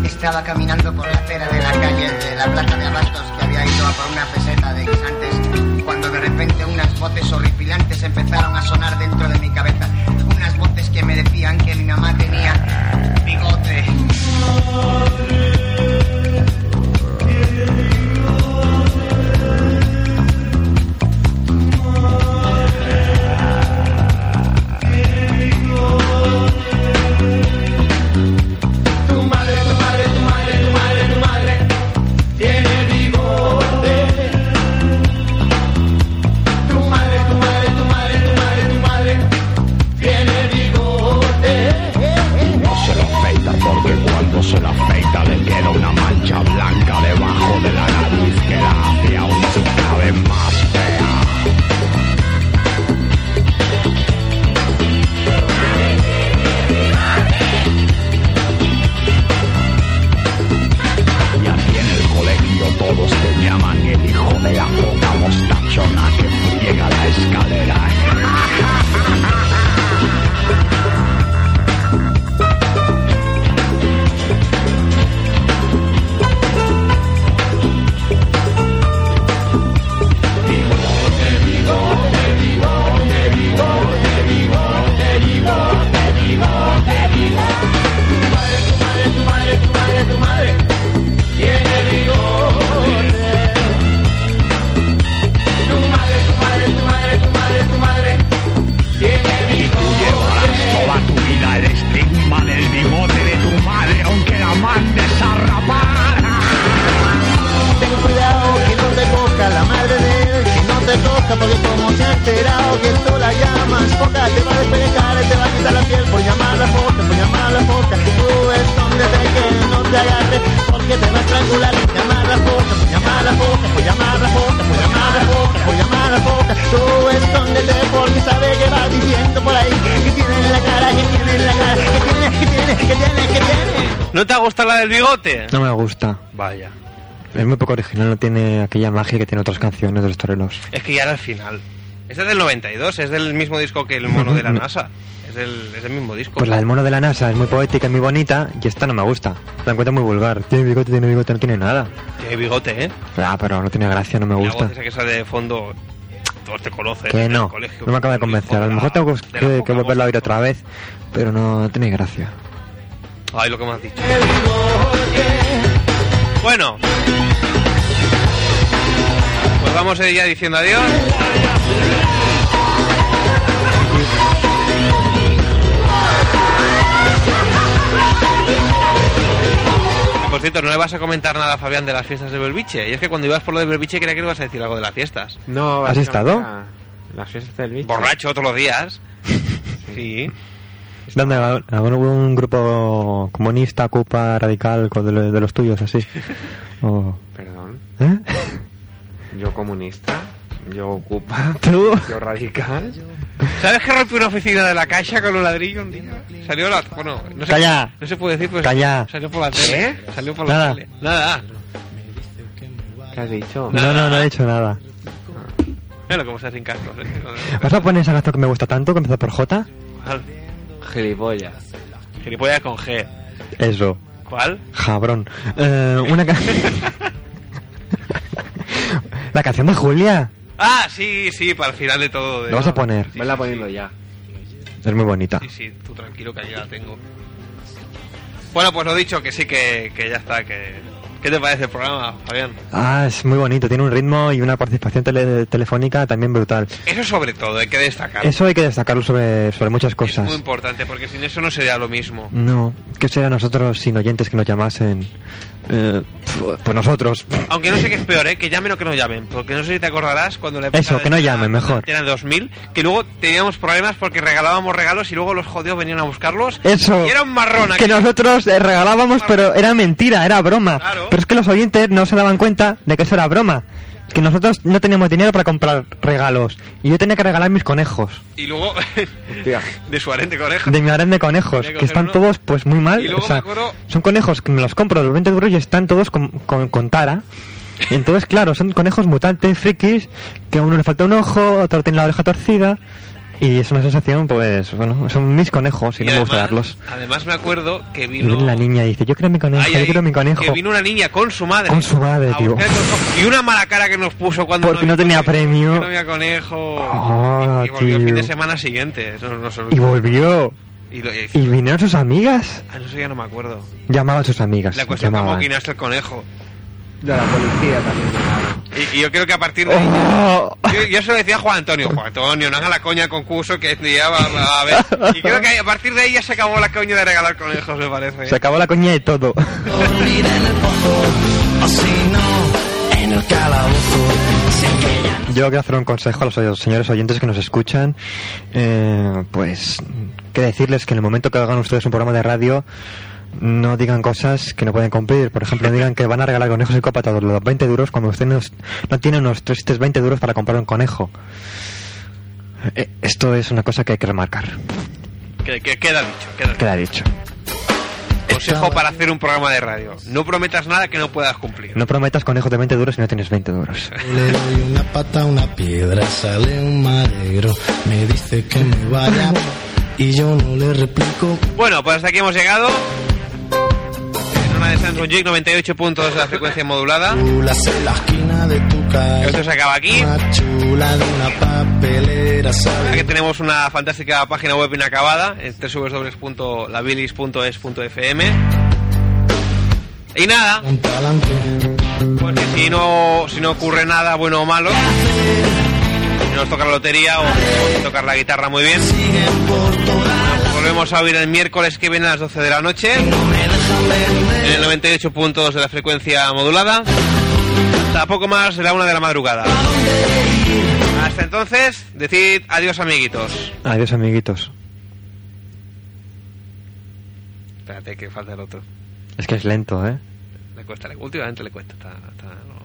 Speaker 14: Estaba caminando por la acera de la calle de la plaza de abastos que había ido a por una peseta de guisantes cuando de repente unas voces horripilantes empezaron a sonar dentro de mi cabeza. Unas voces que que me decían que mi mamá tenía bigote.
Speaker 1: Tu madre, tu madre, tu madre, tu madre, tu madre tiene bigote. Tu madre, tu madre, tu madre, tu madre, tu madre tiene bigote.
Speaker 15: No se lo afeita porque cuando se lo afeita le queda una mancha blanca debajo de la nariz que la hace aún si cabe más fea. Y aquí en el colegio todos te llaman el hijo de la poca mostachona que llega a la escalera.
Speaker 1: Tu madre, tu madre, tu madre tiene bigote. Tu madre, tu madre, tu madre, tu madre, tu madre tiene bigote.
Speaker 15: Toda tu vida el estigma del bigote de tu madre, aunque la mandes a
Speaker 4: Ten cuidado que no te coja la madre de él, que no te coja porque como se ha enterado que tú la llamas poca, te va a despegar, te va a quitar la piel por llamarla poca, por llamarla poca. Tú escóndete que no te agarre porque te va a estrangular, por llamarla poca, por llamarla poca, por llamarla poca, por llamarla poca, por llamarla poca. Tú escóndete porque sabe que va diciendo por ahí que tiene en la cara, que tiene en la cara, que tiene, que tiene, que tiene, que tiene.
Speaker 2: ¿No te ha gustado la del bigote?
Speaker 5: No me gusta.
Speaker 2: Vaya.
Speaker 5: Es muy poco original, no tiene aquella magia que tiene otras canciones de los toreros.
Speaker 2: Es que ya era el final. Este es del 92, es del mismo disco que el mono
Speaker 5: <laughs>
Speaker 2: de la NASA. Es del, es del mismo disco.
Speaker 5: Pues la del mono de la NASA es muy poética y muy bonita, y esta no me gusta. La encuentro muy vulgar. Tiene bigote, tiene bigote, no tiene nada.
Speaker 2: Tiene bigote, ¿eh?
Speaker 5: Ah, pero no tiene gracia, no me
Speaker 2: La voz
Speaker 5: gusta.
Speaker 2: esa que sale de fondo, todos te conocen.
Speaker 5: Que
Speaker 2: en el
Speaker 5: no,
Speaker 2: colegio.
Speaker 5: no me acaba de convencer. A lo mejor tengo que, que volverla a oír otra vez, pero no, no tiene gracia.
Speaker 2: Ay, lo que me has dicho. Bueno. Pues vamos a ir ya diciendo adiós. Por cierto, no le vas a comentar nada a Fabián de las fiestas de Belviche. Y es que cuando ibas por lo de Belviche creía que le ibas a decir algo de las fiestas.
Speaker 3: No,
Speaker 5: ¿Has estado?
Speaker 3: Las fiestas del bicho.
Speaker 2: Borracho todos los días. Sí.
Speaker 5: ¿Dónde? ¿Algún un grupo comunista, Cupa, radical, co- de, lo- de los tuyos, <laughs> así? O-
Speaker 3: Perdón.
Speaker 5: ¿Eh?
Speaker 3: Yo comunista, yo ocupa,
Speaker 5: <laughs>
Speaker 3: <laughs>
Speaker 5: ¿Tú?
Speaker 3: yo radical.
Speaker 2: ¿Sabes que rompí una oficina de la caixa con un ladrillo un día? Salió la... Bueno, no se,
Speaker 5: Calla.
Speaker 2: No se puede decir, pues...
Speaker 5: Calla.
Speaker 2: Salió por la tele.
Speaker 3: ¿Eh?
Speaker 2: Salió por
Speaker 5: Nada.
Speaker 2: la tele. Nada.
Speaker 3: ¿Qué has dicho?
Speaker 5: No, no, no he hecho nada.
Speaker 2: Mira cómo estás sin cascos. ¿eh?
Speaker 5: ¿Vas a poner esa canción que me gusta tanto, que empezó por J?
Speaker 2: Al-
Speaker 3: Gilipollas.
Speaker 2: Gilipollas con G.
Speaker 5: Eso.
Speaker 2: ¿Cuál?
Speaker 5: Jabrón. Eh, una canción... <laughs> La canción de Julia.
Speaker 2: Ah, sí, sí, para el final de todo. De...
Speaker 5: Lo vas a poner.
Speaker 3: Venla poniendo ya.
Speaker 5: Es muy bonita.
Speaker 2: Sí, sí, tú tranquilo que yo la tengo. Bueno, pues lo dicho, que sí, que, que ya está. Que... ¿Qué te parece el programa, Fabián?
Speaker 5: Ah, es muy bonito. Tiene un ritmo y una participación tele- telefónica también brutal.
Speaker 2: Eso sobre todo, hay que destacar.
Speaker 5: Eso hay que destacarlo sobre, sobre muchas
Speaker 2: es muy
Speaker 5: cosas.
Speaker 2: importante, porque sin eso no sería lo mismo.
Speaker 5: No, ¿qué sería nosotros sin oyentes que nos llamasen? Eh, pf, pues nosotros.
Speaker 2: Aunque no sé qué es peor, ¿eh? que llamen o que no llamen. Porque no sé si te acordarás cuando la época
Speaker 5: Eso,
Speaker 2: de-
Speaker 5: que no llamen, mejor.
Speaker 2: Era 2000, que luego teníamos problemas porque regalábamos regalos y luego los jodidos venían a buscarlos.
Speaker 5: Eso.
Speaker 2: Y era un marrón
Speaker 5: Que
Speaker 2: aquí.
Speaker 5: nosotros eh, regalábamos, pero era mentira, era broma. Pero es que los oyentes no se daban cuenta de que eso era broma. Es que nosotros no teníamos dinero para comprar regalos. Y yo tenía que regalar mis conejos.
Speaker 2: Y luego, <laughs> de su arente coneja.
Speaker 5: De mi harén de conejos,
Speaker 2: Tenía
Speaker 5: que,
Speaker 2: coger
Speaker 5: están
Speaker 2: uno.
Speaker 5: todos pues muy mal.
Speaker 2: Y luego
Speaker 5: o sea,
Speaker 2: me acuerdo-
Speaker 5: Son conejos que me los compro los 20 euros y están todos con, con, con tara. Y entonces, claro, son conejos mutantes, frikis, que a uno le falta un ojo, otro tiene la oreja torcida. Y es una sensación, pues, bueno, son mis conejos y, no me gusta darlos.
Speaker 2: Además me acuerdo que
Speaker 5: Y
Speaker 2: vino...
Speaker 5: viene la niña y dice, yo quiero mi conejo,
Speaker 2: Ay,
Speaker 5: yo
Speaker 2: ay,
Speaker 5: quiero mi conejo.
Speaker 2: Que vino una niña con su madre.
Speaker 5: Con su madre,
Speaker 2: a
Speaker 5: tío.
Speaker 2: buscar el conejo. Y una mala cara que nos puso cuando...
Speaker 5: Porque no tenía premio.
Speaker 2: que No había conejo.
Speaker 5: Ah,
Speaker 2: y, y volvió el fin
Speaker 5: tío.
Speaker 2: de semana siguiente. Eso no se olvida.
Speaker 5: Y volvió.
Speaker 2: Y Y, lo- y-
Speaker 5: ¿Y vinieron sus amigas?
Speaker 2: Ah, no sé, ya no me acuerdo.
Speaker 5: Llamaban a sus amigas.
Speaker 2: La cuestión como
Speaker 5: llamaban.
Speaker 2: quién es el conejo.
Speaker 3: De la policía también.
Speaker 2: Y, y yo creo que a partir de ahí-
Speaker 5: ¡Oh!
Speaker 2: yo, yo se lo decía a Juan Antonio, Juan Antonio, no haga la coña concurso que este ya va, va a ver. Y creo que a partir de ahí ya se acabó la coña de regalar conejos, me parece. ¿eh?
Speaker 5: Se acabó la coña de todo.
Speaker 1: O si no, en el calabozo. Sé que ya
Speaker 5: Yo quiero hacer un consejo a los oy- señores oyentes que nos escuchan. Eh, pues, que decirles que en el momento que hagan ustedes un programa de radio, no digan cosas que no pueden cumplir. Por ejemplo, digan que van a regalar conejos psicópatas de los 20 duros cuando usted no, no tiene unos 3, 20 duros para comprar un conejo. Eh, esto es una cosa que hay que remarcar.
Speaker 2: Que, que queda dicho, queda dicho.
Speaker 5: Queda dicho.
Speaker 2: Consejo para hacer un programa de radio. No prometas nada que no puedas cumplir.
Speaker 5: No prometas conejos de 20 duros si no tienes 20 duros.
Speaker 16: Le doy una pata a una piedra, sale un marero, me dice que me vaya y yo no le replico.
Speaker 2: Bueno, pues hasta aquí hemos llegado. En una de Samsung Jig 98.2 de la frecuencia modulada.
Speaker 16: Chulas en la esquina de tu casa.
Speaker 2: Esto se acaba aquí.
Speaker 16: Más chula de una papelera, sabe
Speaker 2: Aquí tenemos una fantástica página web inacabada en www.labilis.es.fm. Y nada,
Speaker 16: un talante.
Speaker 2: pues que si no, si no ocurre nada bueno o malo, si nos toca la lotería o tocar la guitarra muy bien, nos volvemos a oír el miércoles que viene a las 12 de la noche en el 98.2 de la frecuencia modulada, hasta poco más de la 1 de la madrugada. Hasta entonces, decid adiós amiguitos.
Speaker 5: Adiós, amiguitos.
Speaker 2: Espérate que falta el otro.
Speaker 5: Es que es lento, ¿eh?
Speaker 2: Le cuesta, le- últimamente le cuesta. está- está- no.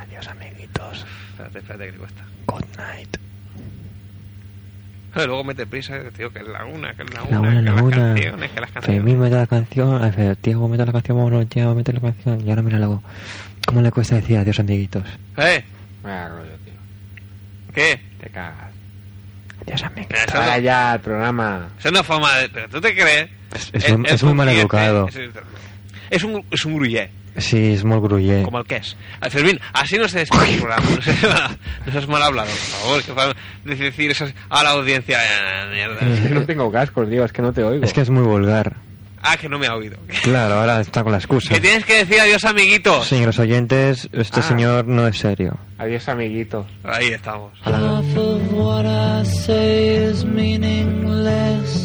Speaker 5: Adiós, amiguitos.
Speaker 2: Espérate, espérate que le cuesta. <laughs>
Speaker 5: Good night.
Speaker 2: Luego mete prisa, tío, que es la una, que es la
Speaker 5: La
Speaker 2: una,
Speaker 5: una,
Speaker 2: que
Speaker 5: la
Speaker 2: las
Speaker 5: una.
Speaker 2: canciones, que las canciones.
Speaker 5: Fermín mete la canción. ay, Fer- Diego mete la canción. Bueno, Diego mete la canción. Y ahora mira luego. ¿Cómo le cuesta decir adiós, amiguitos?
Speaker 2: ¿Eh?
Speaker 3: Vaya rollo, tío.
Speaker 2: ¿Qué?
Speaker 3: Te cagas.
Speaker 5: Adiós, amiguitos.
Speaker 2: Pero Eso,
Speaker 3: Para ya el programa.
Speaker 2: eso no fue mal. ¿Pero tú te crees?
Speaker 5: Es, es muy- es muy mal
Speaker 2: cliente,
Speaker 5: educado.
Speaker 2: Es, es un, es un gruyé,
Speaker 5: Sí, es muy grullé.
Speaker 2: como el que es. Ah, Fermín, así no se despide el programa. No seas mal, no seas mal hablado, por favor. Que para decir eso a la audiencia. eh,
Speaker 3: Es que
Speaker 2: mierda.
Speaker 3: no tengo cascos, tío, es que no te oigo.
Speaker 5: Es que es muy vulgar.
Speaker 2: Ah, que no me ha oído.
Speaker 5: Claro, ahora está con la excusa.
Speaker 2: Que tienes que decir adiós, amiguitos.
Speaker 5: Señores oyentes, este
Speaker 3: Ah.
Speaker 5: señor no es serio.
Speaker 3: Adiós, amiguitos.
Speaker 2: Ahí estamos.
Speaker 1: Half of what I say is meaningless.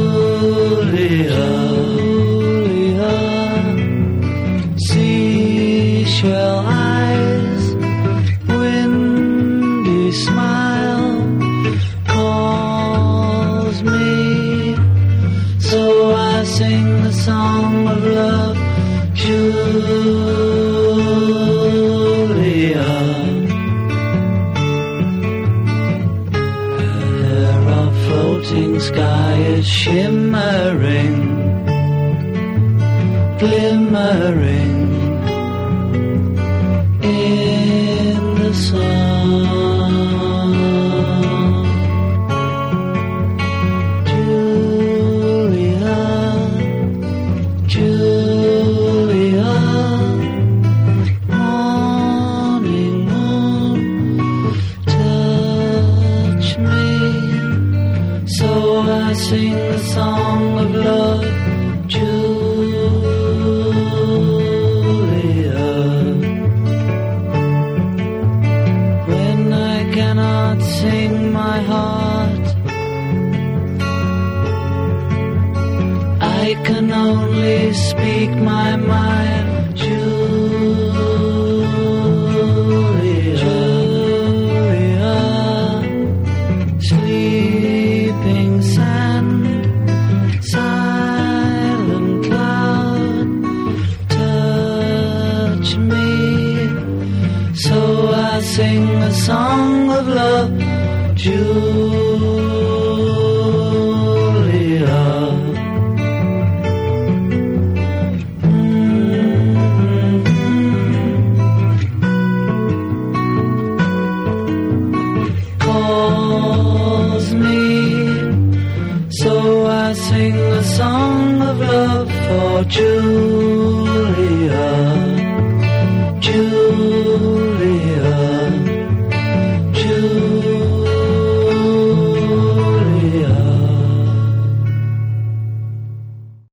Speaker 1: Julia. Julia. Seashell eyes, windy smile calls me. So I sing the song of love, Julia. There our floating sky is shimmering, glimmering in the sun. Julia, Julia, morning moon touch me. So I sing the song of love, Julia. When I cannot sing my heart, I can only speak my mind, Julia. Julia, sleeping sand, silent cloud, touch me. So I sing a song of love, Julia. I sing a song of love for June.